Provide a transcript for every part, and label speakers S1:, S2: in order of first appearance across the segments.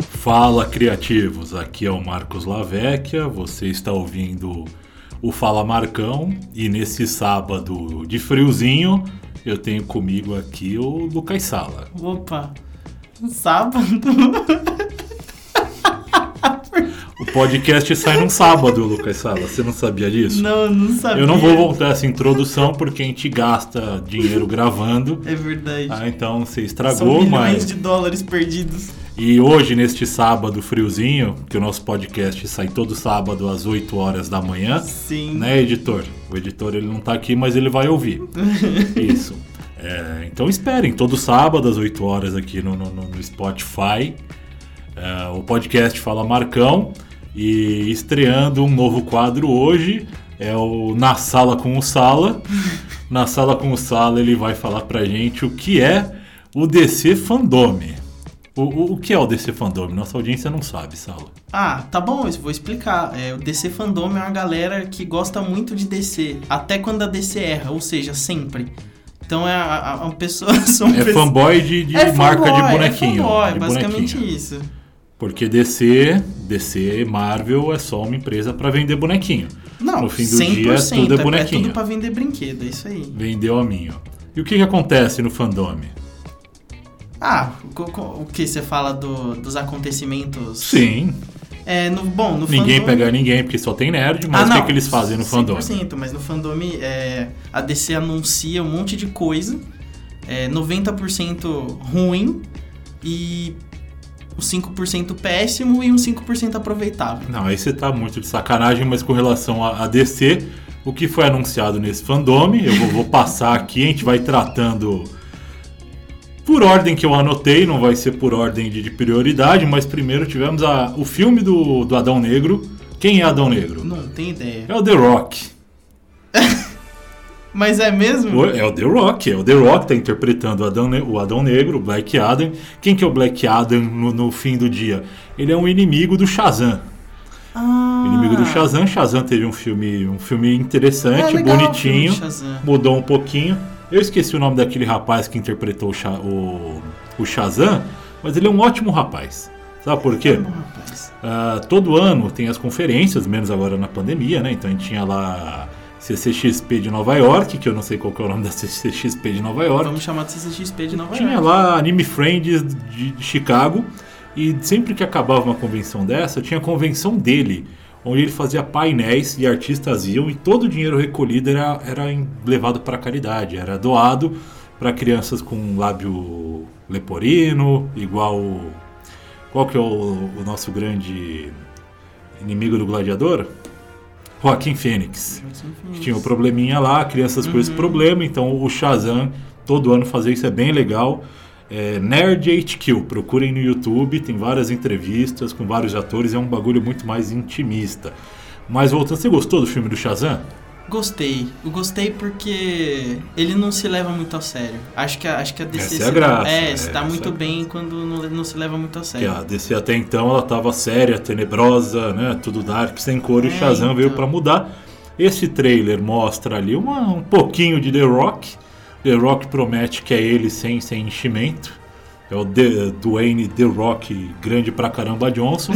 S1: Fala criativos, aqui é o Marcos Lavecchia, você está ouvindo o Fala Marcão e nesse sábado de friozinho eu tenho comigo aqui o Lucas Sala.
S2: Opa, um sábado.
S1: O podcast sai num sábado, Lucas Sala, você não sabia disso?
S2: Não, não sabia.
S1: Eu não vou voltar essa introdução porque a gente gasta dinheiro gravando.
S2: É verdade.
S1: Ah, então você
S2: São
S1: estragou,
S2: milhões
S1: mas
S2: de dólares perdidos.
S1: E hoje, neste sábado friozinho, que o nosso podcast sai todo sábado às 8 horas da manhã,
S2: Sim.
S1: né, editor? O editor ele não tá aqui, mas ele vai ouvir. Isso. É, então esperem, todo sábado às 8 horas aqui no, no- no- no Spotify. É, o podcast Fala Marcão. E estreando um novo quadro hoje é o Na Sala com o Sala. Na Sala com o Sala ele vai falar pra gente o que é o DC Fandome. O, o- o que é o DC Fandome? Nossa audiência não sabe, Sala.
S2: Ah, tá bom, eu vou explicar. É, o DC Fandom é uma galera que gosta muito de DC, até quando a DC erra, ou seja, sempre. Então é a, a- a pessoa. São
S1: É
S2: pessoas-
S1: fanboy de, de
S2: É
S1: marca de
S2: fanboy,
S1: bonequinho.
S2: É fanboy,
S1: de
S2: basicamente
S1: bonequinho.
S2: isso.
S1: Porque DC, DC Marvel é só uma empresa pra vender bonequinho.
S2: Não,
S1: No fim do
S2: 100%,
S1: dia, tudo é bonequinho.
S2: É tudo pra vender brinquedo, é isso aí.
S1: Vendeu a minha. E o que, que acontece no fandome?
S2: Ah, co- co- o que você fala do- dos acontecimentos?
S1: Sim,
S2: É, no, bom, no
S1: ninguém
S2: fandom... Ah,
S1: pega ninguém porque só tem nerd, mas o que, que eles fazem no fandome?
S2: 100%, mas no fandome é, a DC anuncia um monte de coisa, é, 90% ruim e um 5% péssimo e um 5% aproveitável.
S1: Não, aí você tá muito de sacanagem, mas com relação a, a DC, o que foi anunciado nesse fandome, eu vou, vou passar aqui, a gente vai tratando por ordem que eu anotei, não vai ser por ordem de, de prioridade, mas primeiro tivemos a- o filme do, do Adão Negro. Quem é Adão Negro?
S2: Não tem ideia.
S1: É o The Rock.
S2: Mas é mesmo?
S1: O- É o The Rock, é o The Rock tá interpretando o Adão, Ne- o Adão Negro, o Black Adam. Quem que é o Black Adam no, no fim do dia? Ele é um inimigo do Shazam.
S2: Ah,
S1: Inimigo do Shazam. Shazam teve um filme, um filme
S2: é
S1: interessante,
S2: legal o filme
S1: bonitinho,
S2: do Shazam.
S1: mudou um pouquinho. Eu esqueci o nome daquele rapaz que interpretou o, Sha- o- o Shazam, mas ele é um ótimo rapaz. Sabe por quê?
S2: Tá bom, rapaz.
S1: Ah, todo ano tem as conferências, menos agora na pandemia, né? Então a gente tinha lá CCXP de Nova York, que eu não sei qual que é o nome da CCXP de Nova York.
S2: Vamos chamar de CCXP de Nova
S1: Tinha
S2: York.
S1: lá Anime Friends de, de Chicago e sempre que acabava uma convenção dessa, tinha a convenção dele, onde ele fazia painéis e artistas iam e todo o dinheiro recolhido era, era em- levado para caridade, era doado para crianças com lábio leporino, igual o- qual que é o, o nosso grande inimigo do gladiador? Joaquim Fênix que tinha um probleminha lá, crianças com esse problema, então o Shazam todo ano fazer isso é bem legal. É, Nerd HQ, procurem no YouTube, tem várias entrevistas com vários atores, é um bagulho muito mais intimista. Mas voltando, você gostou do filme do Shazam?
S2: Gostei. Eu gostei porque ele não se leva muito a sério. Acho que a, acho que a
S1: Essa
S2: DC
S1: é
S2: se
S1: a graça,
S2: é, se
S1: é,
S2: dá
S1: essa é
S2: muito
S1: a
S2: bem quando não, não se leva muito a
S1: Que
S2: sério.
S1: a DC até então ela tava séria, tenebrosa, né? Tudo dark, sem cor, e o
S2: É,
S1: Shazam veio
S2: então.
S1: pra mudar. Esse trailer mostra ali uma- um pouquinho de The Rock. The Rock promete que é ele sem, sem enchimento. É o The, Dwayne The Rock, grande pra caramba Johnson.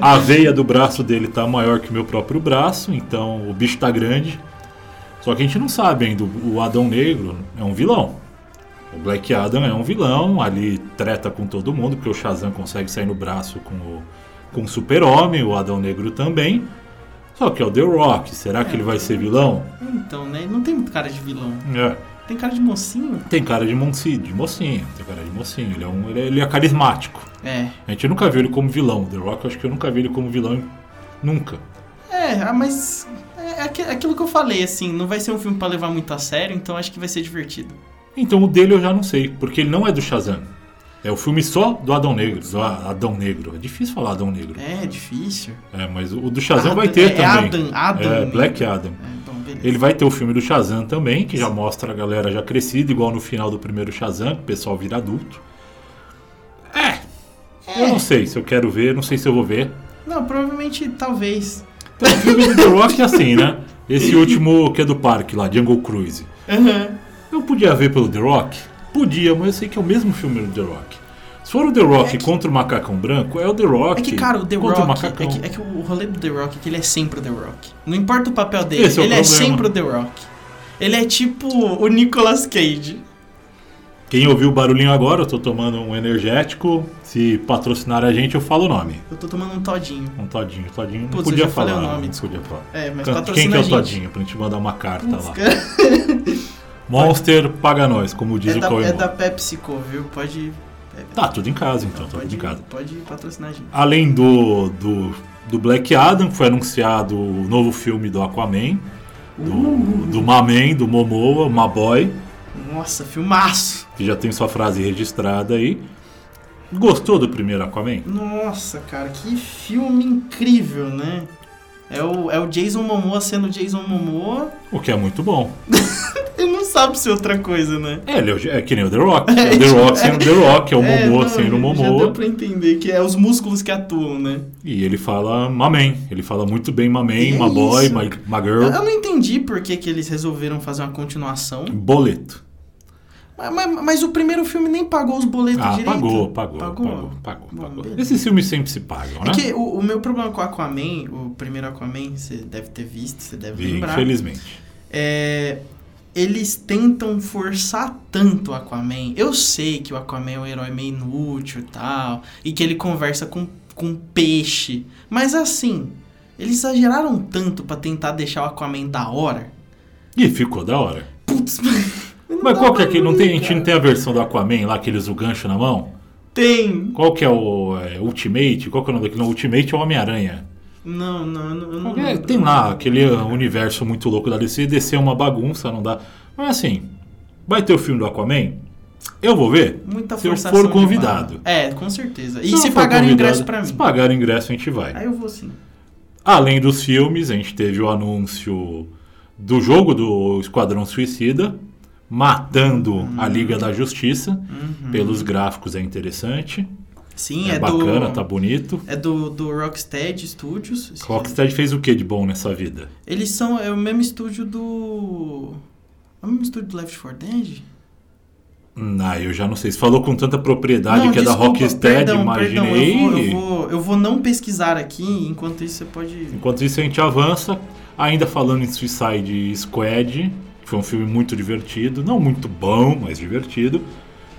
S1: a veia do braço dele tá maior que o meu próprio braço, então o bicho tá grande. Só que a gente não sabe ainda, o Adão Negro é um vilão. O Black Adam é um vilão, ali treta com todo mundo, porque o Shazam consegue sair no braço com o, com o Super-Homem, o Adão Negro também. Só que é o The Rock, será que ele vai ser vilão?
S2: Então, né? Ele não tem muito cara de vilão.
S1: É.
S2: Tem cara de mocinho?
S1: Tem cara de, monci, de mocinho, tem cara de mocinho, ele é, um, ele, é, ele é carismático.
S2: É.
S1: A gente nunca viu ele como vilão, o The Rock eu acho que eu nunca vi ele como vilão, nunca.
S2: É, ah, mas. É aqu- aquilo que eu falei, assim, não vai ser um filme pra levar muito a sério, então acho que vai ser divertido.
S1: Então o dele eu já não sei, porque ele não é do Shazam. É o filme só do Adão Negro, do A- Adão Negro, é difícil falar Adão Negro.
S2: É, difícil.
S1: É, mas o o do Shazam
S2: Adam-
S1: vai ter
S2: é
S1: também.
S2: Adam, Adam
S1: é,
S2: mesmo.
S1: Black Adam.
S2: É, bom, beleza.
S1: Ele vai ter o filme do Shazam também, que já mostra a galera já crescida, igual no final do primeiro Shazam, que o pessoal vira adulto. É. Eu não sei se eu quero ver, não sei se eu vou ver.
S2: Não, provavelmente, talvez.
S1: Então, o filme do The Rock é assim, né? Esse último que é do parque lá, Jungle Cruise.
S2: Aham.
S1: Eu podia ver pelo The Rock? Podia, mas eu sei que é o mesmo filme do The Rock. Se for o The Rock
S2: que-
S1: contra o Macacão Branco, é o The Rock.
S2: É que, cara, o The
S1: contra o
S2: Rock. É
S1: Macacão.
S2: que, é que o rolê do The Rock é que ele é sempre o The Rock. Não importa o papel dele,
S1: Esse é o
S2: ele é
S1: problema.
S2: sempre o The Rock. Ele é tipo o Nicolas Cage.
S1: Quem ouviu o barulhinho agora, eu tô tomando um energético. Se patrocinar a gente, eu falo o nome.
S2: Eu tô tomando um todinho.
S1: Um Todinho. Todinho não
S2: Putz, eu
S1: podia
S2: já
S1: falar.
S2: falei o nome,
S1: não podia falar.
S2: É, mas
S1: Can- Quem
S2: patrocina
S1: que é
S2: a
S1: o
S2: gente. É
S1: Todinho? Pra gente mandar uma carta lá.
S2: Putz,
S1: Monster paga nós, como diz
S2: é,
S1: o
S2: da,
S1: Cauê
S2: é
S1: Moura.
S2: da PepsiCo, viu? Pode. é-
S1: Tá, tudo em casa então, tá tudo
S2: pode,
S1: em casa.
S2: pode patrocinar a gente.
S1: Além do, do, do Black Adam, que foi anunciado o novo filme do Aquaman, do, do Maman, do Momoa, Maboy,
S2: Nossa, filmaço!
S1: que já tem sua frase registrada aí. Gostou do primeiro Aquaman?
S2: Nossa, cara, que filme incrível, né? É o, é o Jason Momoa sendo Jason Momoa.
S1: O que é muito bom.
S2: Ele não sabe ser outra coisa, né?
S1: É, ele é, o- é que nem o The Rock. É
S2: É,
S1: o The
S2: isso,
S1: Rock sendo o The Rock, é o Momoa
S2: não,
S1: sendo o
S2: Já deu
S1: Momoa.
S2: pra entender que é os músculos que atuam, né?
S1: E ele fala Maman. Ele fala muito bem Maman,
S2: É
S1: Maboy,
S2: isso.
S1: Ma, Ma
S2: Eu,
S1: Girl,
S2: eu não entendi por que, que eles resolveram fazer uma continuação.
S1: Boleto.
S2: Mas, mas- mas o primeiro filme nem pagou os boletos
S1: Ah,
S2: direito.
S1: pagou, pagou, pagou,
S2: Pagou?
S1: pagou, pagou.
S2: Bom, beleza.
S1: Esses filmes sempre se pagam, né?
S2: É que o, o meu problema com o Aquaman, o primeiro Aquaman, você deve ter visto, você deve
S1: E,
S2: lembrar.
S1: infelizmente.
S2: É, eles tentam forçar tanto o Aquaman. Eu sei que o Aquaman é um herói meio inútil e tal, e que ele conversa com, com peixe. Mas assim, eles exageraram tanto pra tentar deixar o Aquaman da hora.
S1: E ficou da hora.
S2: Putz, não
S1: Mas
S2: dá
S1: qual que é
S2: pra
S1: que não
S2: mim,
S1: tem, a gente
S2: cara.
S1: não tem a versão do Aquaman lá que eles o gancho na mão?
S2: Tem!
S1: Qual que é o é, Ultimate? Qual que é o nome daquele? Não, Ultimate é o Homem-Aranha.
S2: Não, não, eu não. eu não
S1: É,
S2: lembro.
S1: tem lá aquele uh, universo muito louco da DC, DC é uma bagunça, não dá. Mas assim, vai ter o filme do Aquaman? Eu vou ver.
S2: Muita
S1: se eu
S2: forçação
S1: for
S2: de
S1: convidado.
S2: barra. É, com certeza. E
S1: eu
S2: se
S1: for
S2: pagar o ingresso
S1: convidado,
S2: pra
S1: Se
S2: mim?
S1: pagar o ingresso, a gente vai.
S2: Aí eu vou sim.
S1: Além dos filmes, a gente teve o anúncio do jogo do Esquadrão Suicida, matando a Liga da Justiça.
S2: Hum. Uhum.
S1: Pelos gráficos é interessante.
S2: Sim,
S1: é
S2: é,
S1: bacana,
S2: do...
S1: tá bonito.
S2: É do, do Rocksteady Studios. esse
S1: Rocksteady fez o que de bom nessa vida?
S2: filme. Eles são. É o mesmo estúdio do. É o mesmo estúdio do Left 4 Dead?
S1: Ah, eu já não sei. Você falou com tanta propriedade que é da
S2: desculpa,
S1: Rocksteady,
S2: perdão,
S1: imaginei.
S2: Perdão, eu, vou, eu, vou, eu vou não pesquisar aqui, enquanto isso você pode.
S1: Enquanto isso, a gente avança. Ainda falando em Suicide Squad, que foi um filme muito divertido. Não muito bom, mas divertido.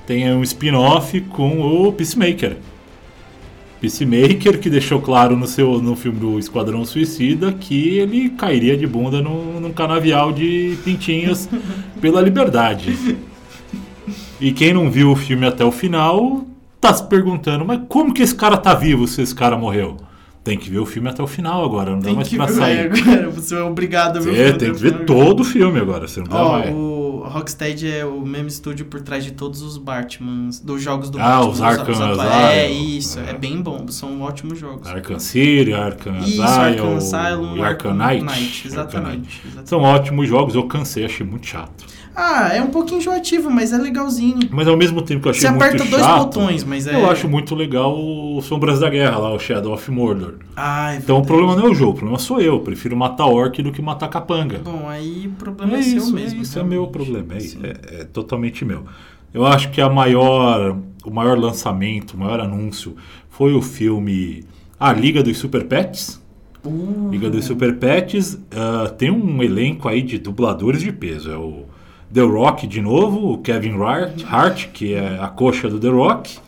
S1: Tem aí um spin-off com o Peacemaker. Peacemaker que deixou claro no, seu, no filme do Esquadrão Suicida que ele cairia de bunda num, num canavial de pintinhos pela liberdade. E quem não viu o filme até o final tá se perguntando, mas como que esse cara tá vivo se esse cara morreu? Tem que ver o filme até o final agora, não dá
S2: Tem
S1: mais
S2: que
S1: pra
S2: ver
S1: sair.
S2: agora. Você é obrigado a ver o
S1: Você
S2: filme
S1: tem que
S2: até o final
S1: ver
S2: agora.
S1: todo o filme agora, você não é? dá
S2: Ó,
S1: mais.
S2: o Rocksteady é o mesmo estúdio por trás de todos os Batmans, dos jogos do
S1: Ah,
S2: Batman,
S1: os
S2: dos-
S1: Arkham
S2: dos atua-
S1: Asylum.
S2: É isso, é.
S1: É.
S2: bem bom, são ótimos jogos.
S1: Arkham City, Arkham
S2: Isso,
S1: Asylum,
S2: Arkham Asylum,
S1: e Arkham Knight. Arkham Knight.
S2: exatamente. exatamente.
S1: São ótimos jogos, eu cansei, achei muito chato.
S2: Ah, é um pouquinho enjoativo, mas é legalzinho.
S1: Mas ao mesmo tempo que eu achei
S2: Você
S1: muito
S2: aperta
S1: chato,
S2: dois botões, mas é.
S1: eu acho muito legal o Sombras da Guerra lá, o Shadow of Mordor.
S2: Ah, é
S1: Então o
S2: verdade.
S1: problema não é o jogo, o problema sou eu. eu Prefiro matar orc do que matar capanga.
S2: Bom, aí o problema
S1: É
S2: é, seu
S1: isso,
S2: mesmo.
S1: é, isso é
S2: realmente.
S1: meu problema, é,
S2: Sim.
S1: é- é totalmente meu. Eu acho que a maior, o maior lançamento, o maior anúncio foi o filme A Liga dos Super Pets.
S2: Uh,
S1: Liga dos Super Pets ah, tem um elenco aí de dubladores de peso. É o The Rock de novo, o Kevin Hart, Hart, que é a coxa do The Rock.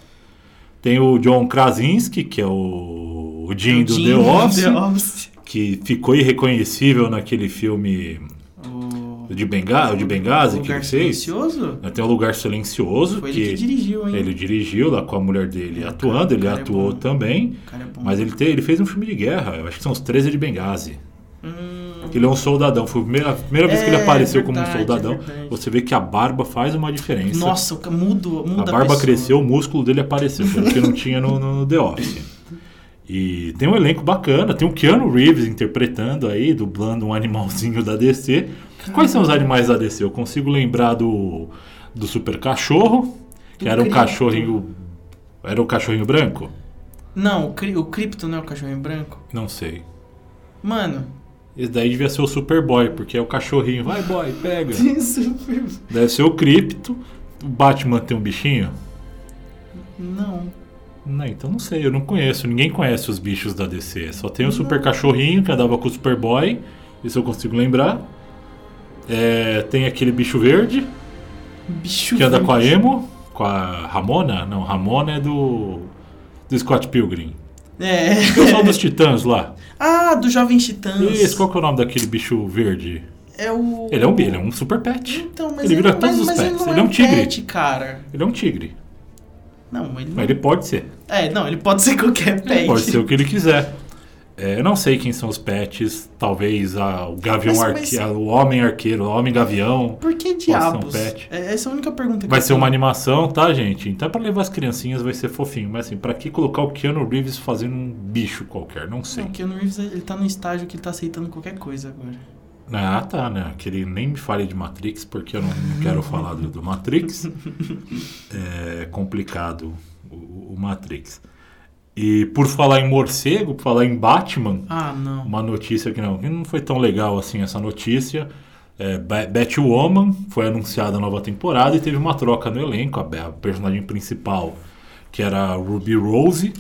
S1: Tem o John Krasinski, que é o, o Jim do
S2: Jim
S1: The Office,
S2: The Office.
S1: que ficou irreconhecível naquele filme
S2: O...
S1: de Benghazi, Ah, de Benghazi que ele
S2: um Lugar
S1: fez.
S2: Silencioso?
S1: Tem um lugar silencioso
S2: Foi
S1: que
S2: ele que dirigiu, hein?
S1: ele dirigiu lá com a mulher dele
S2: É,
S1: atuando, ele
S2: cara, é
S1: atuou
S2: bom.
S1: também,
S2: O cara é bom.
S1: mas ele, te- ele fez um filme de guerra, eu acho que são os 13 de Benghazi.
S2: Hum,
S1: Que ele é um soldadão, foi a primeira, a primeira vez que
S2: É,
S1: ele apareceu como um
S2: verdade,
S1: soldadão.
S2: verdade.
S1: Você vê que a barba faz uma diferença.
S2: Nossa, o ca- mudou, muda
S1: a barba
S2: pessoa.
S1: cresceu, o músculo dele apareceu, coisa que não tinha no, no The Office. E tem um elenco bacana, tem o Keanu Reeves interpretando aí, dublando um animalzinho da DC. Quais são os animais da DC? Eu consigo lembrar do, do Super Cachorro, que
S2: Do
S1: era um
S2: Krypto.
S1: cachorrinho. Era o cachorrinho branco?
S2: Não, o, cri... o Krypto não é o cachorrinho branco?
S1: Não sei.
S2: Mano,
S1: Esse daí devia ser o Superboy, porque é o cachorrinho. Vai, boy, pega.
S2: isso foi-
S1: Deve ser o Cripto. O Batman tem um bichinho?
S2: Não.
S1: Não, então não sei, eu não conheço. Ninguém conhece os bichos da DC. Só tem o Super Cachorrinho, que andava com o Superboy. Isso eu consigo lembrar. É, tem aquele bicho verde,
S2: Bicho
S1: que anda
S2: verde.
S1: com a Emo. Com a Ramona? Não, Ramona é do. Do Scott Pilgrim. O
S2: É.
S1: pessoal dos Titãs lá.
S2: Ah, do Jovem Titãs.
S1: Isso, qual que é o nome daquele bicho verde?
S2: É o.
S1: Ele é um, ele é um super pet.
S2: Então, mas
S1: Ele vira
S2: não-
S1: todos
S2: mas-
S1: os
S2: mas
S1: pets.
S2: Ele, não
S1: Ele é um tigre.
S2: pet, cara.
S1: Ele é um tigre.
S2: Não, ele.
S1: Mas ele pode ser.
S2: É, não, ele pode ser qualquer pet.
S1: Pode ser o que ele quiser. É, eu não sei quem são os pets. Talvez a- o gavião
S2: Mas- mas-
S1: arqueiro, o homem arqueiro, o homem gavião.
S2: Por que diabos?
S1: ser um pet.
S2: É, essa é a única pergunta que
S1: Vai
S2: eu
S1: ser
S2: tenho.
S1: uma animação, tá, gente? Então é pra levar as criancinhas vai ser fofinho. Mas assim, pra que colocar o Keanu Reeves fazendo um bicho qualquer? Não sei.
S2: Não, o Keanu Reeves, ele tá num estágio que ele tá aceitando qualquer coisa agora.
S1: Ah, tá, né? Que ele nem me fale de Matrix, porque eu não, não quero falar do, do Matrix. É complicado o, o Matrix. E por falar em morcego, por falar em Batman,
S2: Ah, não.
S1: uma notícia que não, que não foi tão legal assim essa notícia. É, Ba- Batwoman foi anunciada a nova temporada e teve uma troca no elenco. A, Ba- a personagem principal, que era a Ruby Rose,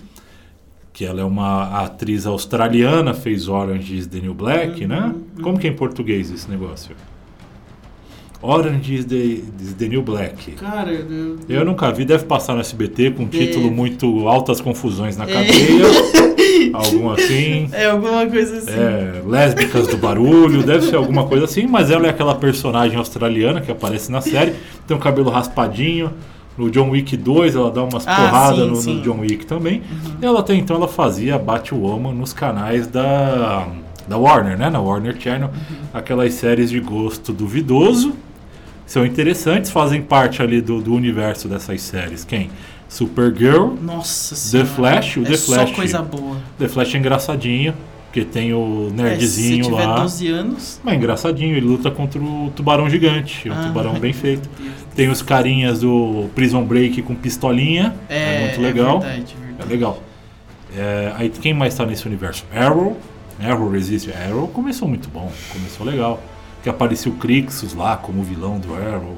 S1: que ela é uma atriz australiana, fez Orange is the New Black,
S2: Uhum,
S1: né? Como que é em português esse negócio? Orange is the, is the New Black.
S2: Cara, eu...
S1: Eu nunca vi, deve passar no SBT com um título
S2: Deve.
S1: muito altas confusões na
S2: É.
S1: cadeia, algum assim.
S2: É alguma coisa assim.
S1: É, lésbicas do barulho, deve ser alguma coisa assim, mas ela é aquela personagem australiana que aparece na série, tem o cabelo raspadinho. No John Wick 2, ela dá umas
S2: Ah,
S1: porradas
S2: sim,
S1: no, no
S2: sim. Uhum.
S1: John Wick também. E ela até então ela fazia Batwoman nos canais da, da Warner, né? Na Warner Channel.
S2: Uhum.
S1: Aquelas séries de gosto duvidoso. São interessantes, fazem parte ali do, do universo dessas séries. Quem? Supergirl,
S2: Nossa senhora.
S1: Flash, o
S2: é
S1: É. The Flash.
S2: só coisa boa.
S1: The Flash é engraçadinho, porque tem o nerdzinho
S2: é, se tiver
S1: lá.
S2: 12 anos...
S1: Mas é engraçadinho, ele luta contra o tubarão gigante, é um
S2: Ah.
S1: tubarão bem feito. Tem os carinhas do Prison Break com pistolinha, é,
S2: É,
S1: muito legal.
S2: É verdade,
S1: É
S2: verdade.
S1: legal. É, aí quem mais tá nesse universo? Arrow, Arrow Resist. Arrow começou muito bom, começou legal. Que apareceu o Crixus lá como vilão do Arrow.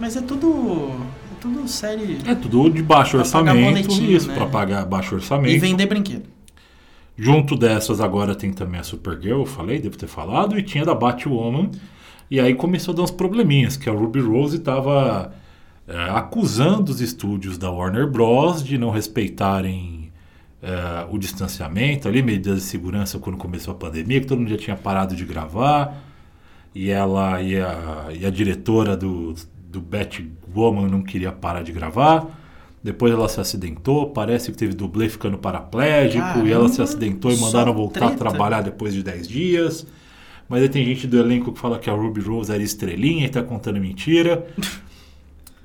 S2: Mas é tudo... É tudo série...
S1: É tudo de baixo
S2: Pra pagar
S1: orçamento,
S2: boletim,
S1: isso,
S2: né?
S1: pra pagar baixo
S2: E
S1: orçamento.
S2: vender brinquedo.
S1: Junto dessas agora tem também a Supergirl, eu falei, devo ter falado, e tinha da Batwoman. E aí começou a dar uns probleminhas, que a Ruby Rose estava acusando os estúdios da Warner Bros. de não respeitarem é, o distanciamento ali, medidas de segurança quando começou a pandemia, que todo mundo já tinha parado de gravar. E ela e a, e a diretora do, do Batwoman não queria parar de gravar. Depois ela se acidentou, parece que teve dublê ficando paraplégico, e ela se
S2: Caramba,
S1: acidentou e
S2: só
S1: mandaram voltar a
S2: treta.
S1: trabalhar depois de 10 dias. Mas aí tem gente do elenco que fala que a Ruby Rose era estrelinha e tá contando mentira.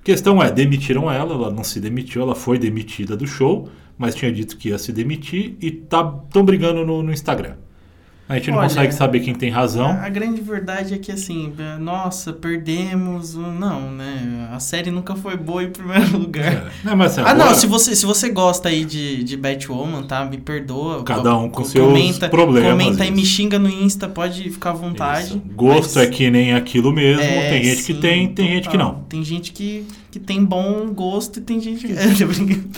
S1: Questão é, demitiram ela, ela não se demitiu, ela foi demitida do show, mas tinha dito que ia se demitir e tá tão brigando no, no Instagram. A gente não
S2: Olha,
S1: consegue saber quem tem razão.
S2: A, a grande verdade é que, assim, eh, nossa, perdemos... o- Não, né? A série nunca foi boa em primeiro lugar.
S1: É, né, mas assim,
S2: Ah,
S1: agora,
S2: não, se você, se você gosta aí de, de Batwoman, tá? Me perdoa.
S1: Cada um com
S2: Co-
S1: seus problemas,
S2: Comenta e
S1: isso.
S2: me xinga no Insta, pode ficar à vontade.
S1: isso. Gosto é
S2: mas-
S1: que nem aquilo mesmo,
S2: É,
S1: tem gente que
S2: sim,
S1: tem, tem gente que
S2: total.
S1: não.
S2: Tem gente que, que tem bom gosto e tem gente que. É, tô brincando.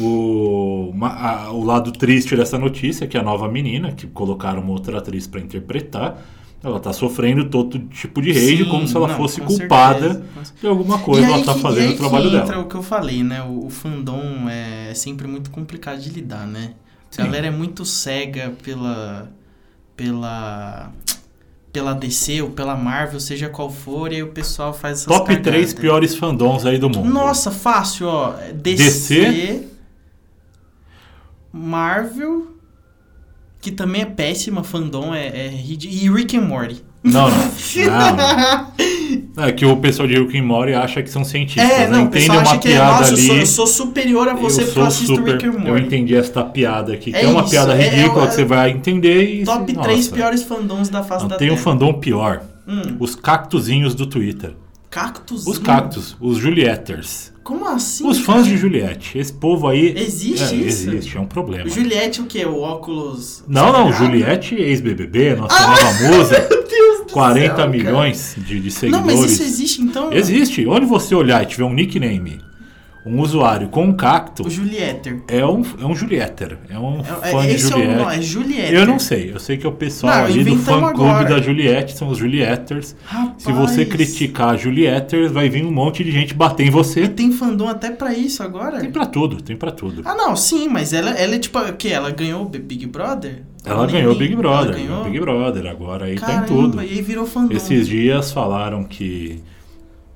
S1: O, ma- a- o lado triste dessa notícia é que a nova menina, que colocaram uma outra atriz pra interpretar, ela tá sofrendo todo tipo de rage,
S2: Sim,
S1: como se ela
S2: não,
S1: fosse
S2: com
S1: culpada
S2: certeza, com certeza.
S1: de alguma
S2: E
S1: coisa,
S2: aí
S1: ela tá
S2: que- e
S1: fazendo
S2: aí
S1: o trabalho
S2: que
S1: dela.
S2: entra o que eu falei, né? O, o fandom é sempre muito complicado de lidar, né?
S1: Sim.
S2: A galera é muito cega pela. pela. pela DC ou pela Marvel, seja qual for, e aí o pessoal faz essas
S1: Top
S2: cagadas.
S1: 3 piores fandoms aí do mundo.
S2: Nossa, fácil, ó. DC,
S1: DC?
S2: Marvel, que também é péssima, fandom é, é ridículo. E Rick and Morty.
S1: Não, não. não, não. É que o pessoal de Rick and Morty acha que são cientistas,
S2: é,
S1: né?
S2: não, o
S1: Entende
S2: pessoal
S1: uma
S2: acha que é,
S1: piada
S2: nossa, eu
S1: ali.
S2: sou, eu sou superior a você
S1: eu
S2: porque eu
S1: sou
S2: assisto
S1: super.
S2: Rick and
S1: eu
S2: Morty.
S1: entendi esta piada aqui.
S2: É
S1: tem uma
S2: isso,
S1: piada
S2: é-
S1: ridícula
S2: é-
S1: que você vai entender e.
S2: Top
S1: nossa,
S2: 3 piores fandoms da face
S1: não,
S2: da
S1: Tem um
S2: Terra.
S1: fandom pior.
S2: Hum,
S1: Os cactuzinhos do Twitter.
S2: cactus?
S1: Os cactos, os Julietters.
S2: Como assim?
S1: Os fãs de
S2: cara?
S1: Juliette. Esse povo aí.
S2: Existe
S1: é,
S2: isso?
S1: Existe, é um problema.
S2: Juliette o quê? O óculos...
S1: Não, não,
S2: Ah,
S1: Juliette, ex-BBB, nossa nova musa,
S2: Meu Deus Ah! do
S1: 40
S2: céu, cara.
S1: milhões de, de
S2: Não,
S1: seguidores.
S2: mas isso existe então?
S1: Existe. Onde você olhar e tiver um nickname um usuário com um cacto
S2: O Julieter.
S1: é um, é um Julieter. É um
S2: É-
S1: fã
S2: é-
S1: de
S2: esse é o nome, é
S1: Juliette.
S2: Julieter.
S1: eu não sei, eu sei que é o pessoal
S2: Não,
S1: ali do
S2: inventamos
S1: fã clube
S2: agora.
S1: da Juliette, são os Julieters.
S2: Rapaz.
S1: Se você criticar a Julieters, vai vir um monte de gente bater em
S2: E
S1: você.
S2: tem fandom até pra isso agora?
S1: Tem pra tudo, tem pra tudo.
S2: Ah, não, sim, mas ela, ela é tipo. O quê? Ela ganhou o B- Big Brother?
S1: Ela
S2: Nem-
S1: ganhou o
S2: nem-
S1: Big Brother,
S2: Ela
S1: ganhou
S2: ganhou
S1: o Big Brother, agora aí
S2: Caramba, então.
S1: tá em tudo.
S2: E aí virou fandom.
S1: Esses dias falaram que.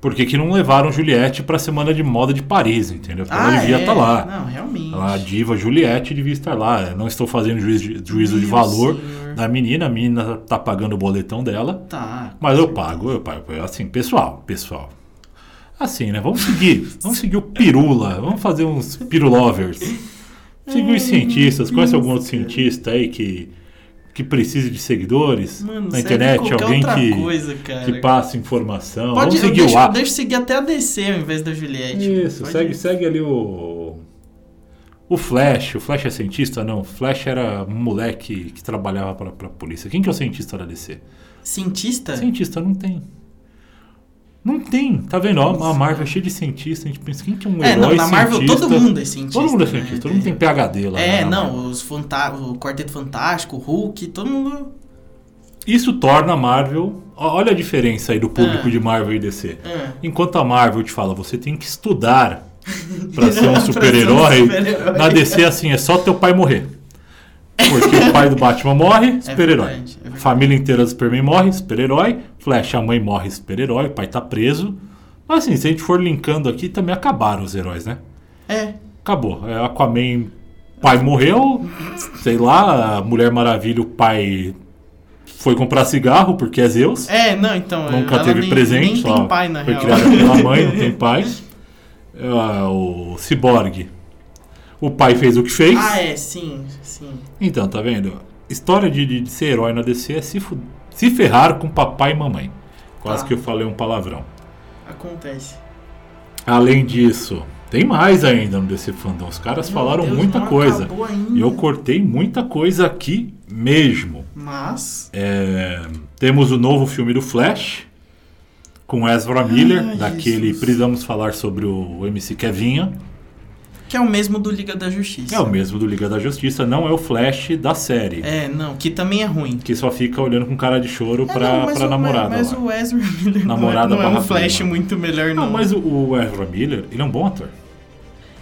S1: Por que, que não levaram Juliette pra semana de moda de Paris, entendeu? Porque
S2: ah,
S1: ela devia
S2: é.
S1: estar lá.
S2: Não, realmente.
S1: A diva Juliette devia estar lá. Eu não estou fazendo juízo de, juízo de
S2: Meu
S1: valor
S2: senhor.
S1: da menina, a menina tá pagando o boletão dela.
S2: Tá.
S1: Mas eu pago, eu pago. Assim, pessoal, pessoal. Assim, né? Vamos seguir. Vamos seguir o pirula. Vamos fazer uns pirulovers. Seguir os cientistas. Conhece algum outro cientista aí que, que precise de seguidores
S2: Mano,
S1: na
S2: serve
S1: internet?
S2: qualquer
S1: Alguém
S2: outra
S1: que,
S2: coisa, cara.
S1: que passa informação?
S2: Pode
S1: Vamos seguir
S2: deixa,
S1: o A.
S2: deixa eu seguir até a DC ao invés da Juliette.
S1: Isso,
S2: Pode-
S1: segue, segue ali o. O Flash. O Flash é cientista? Não. O Flash era um moleque que trabalhava pra, pra polícia. Quem que é o cientista da DC?
S2: Cientista?
S1: Cientista não tem. Não tem, tá vendo? Ó, a Marvel é cheia de cientista, a gente pensa, quem que é um
S2: é,
S1: herói
S2: não, na Marvel
S1: cientista?
S2: todo mundo é cientista.
S1: Todo mundo é
S2: né?
S1: cientista, todo mundo tem PHD lá.
S2: É,
S1: né, na Marvel.
S2: não, os fanta o Quarteto Fantástico, o Hulk, todo mundo.
S1: Isso torna a Marvel... ó, Olha a diferença aí do público
S2: Ah.
S1: de Marvel e DC.
S2: É.
S1: Enquanto a Marvel te fala, você tem que estudar pra ser um
S2: Pra ser um
S1: super-herói,
S2: super-herói.
S1: na DC assim, é só teu pai morrer. Porque o pai do Batman morre, super-herói.
S2: verdade, é verdade.
S1: Família inteira do Superman morre, super-herói. Flash, a mãe morre, super-herói. O pai tá preso. Mas assim, se a gente for linkando aqui, também acabaram os heróis, né?
S2: É.
S1: Acabou. É, Aquaman, pai morreu. Sei lá, a Mulher Maravilha, o pai foi comprar cigarro porque é Zeus.
S2: É, não, então.
S1: Nunca
S2: ela
S1: teve
S2: nem,
S1: presente,
S2: Nem
S1: só
S2: tem pai, na
S1: foi
S2: real.
S1: criada pela mãe, não tem pai. Ah, o Cyborg. O pai fez o que fez.
S2: Ah, é, sim, sim.
S1: Então, tá vendo? História de, de- de ser herói na DC é se, fu- se ferrar com papai e mamãe. Quase
S2: Tá.
S1: que eu falei um palavrão.
S2: Acontece.
S1: Além disso, tem mais ainda no DC Fandom. Os caras falaram
S2: Meu Deus,
S1: muita
S2: não
S1: coisa.
S2: acabou
S1: E
S2: ainda.
S1: eu cortei muita coisa aqui mesmo.
S2: Mas.
S1: É, temos o novo filme do Flash, com Ezra Miller,
S2: Ai,
S1: daquele
S2: Jesus.
S1: Precisamos Falar sobre o MC Kevinha.
S2: Que é o mesmo do Liga da Justiça.
S1: É o mesmo do Liga da Justiça, não é o Flash da série.
S2: É, não, que também é ruim.
S1: Que só fica olhando com cara de choro
S2: é, não,
S1: pra,
S2: mas
S1: pra
S2: o-
S1: namorada.
S2: Mas
S1: lá.
S2: o Ezra Miller não é-
S1: Namorada
S2: não é,
S1: barra
S2: um Flash
S1: prima.
S2: muito melhor, não.
S1: Não, mas o, o Ezra Miller, ele é um bom ator.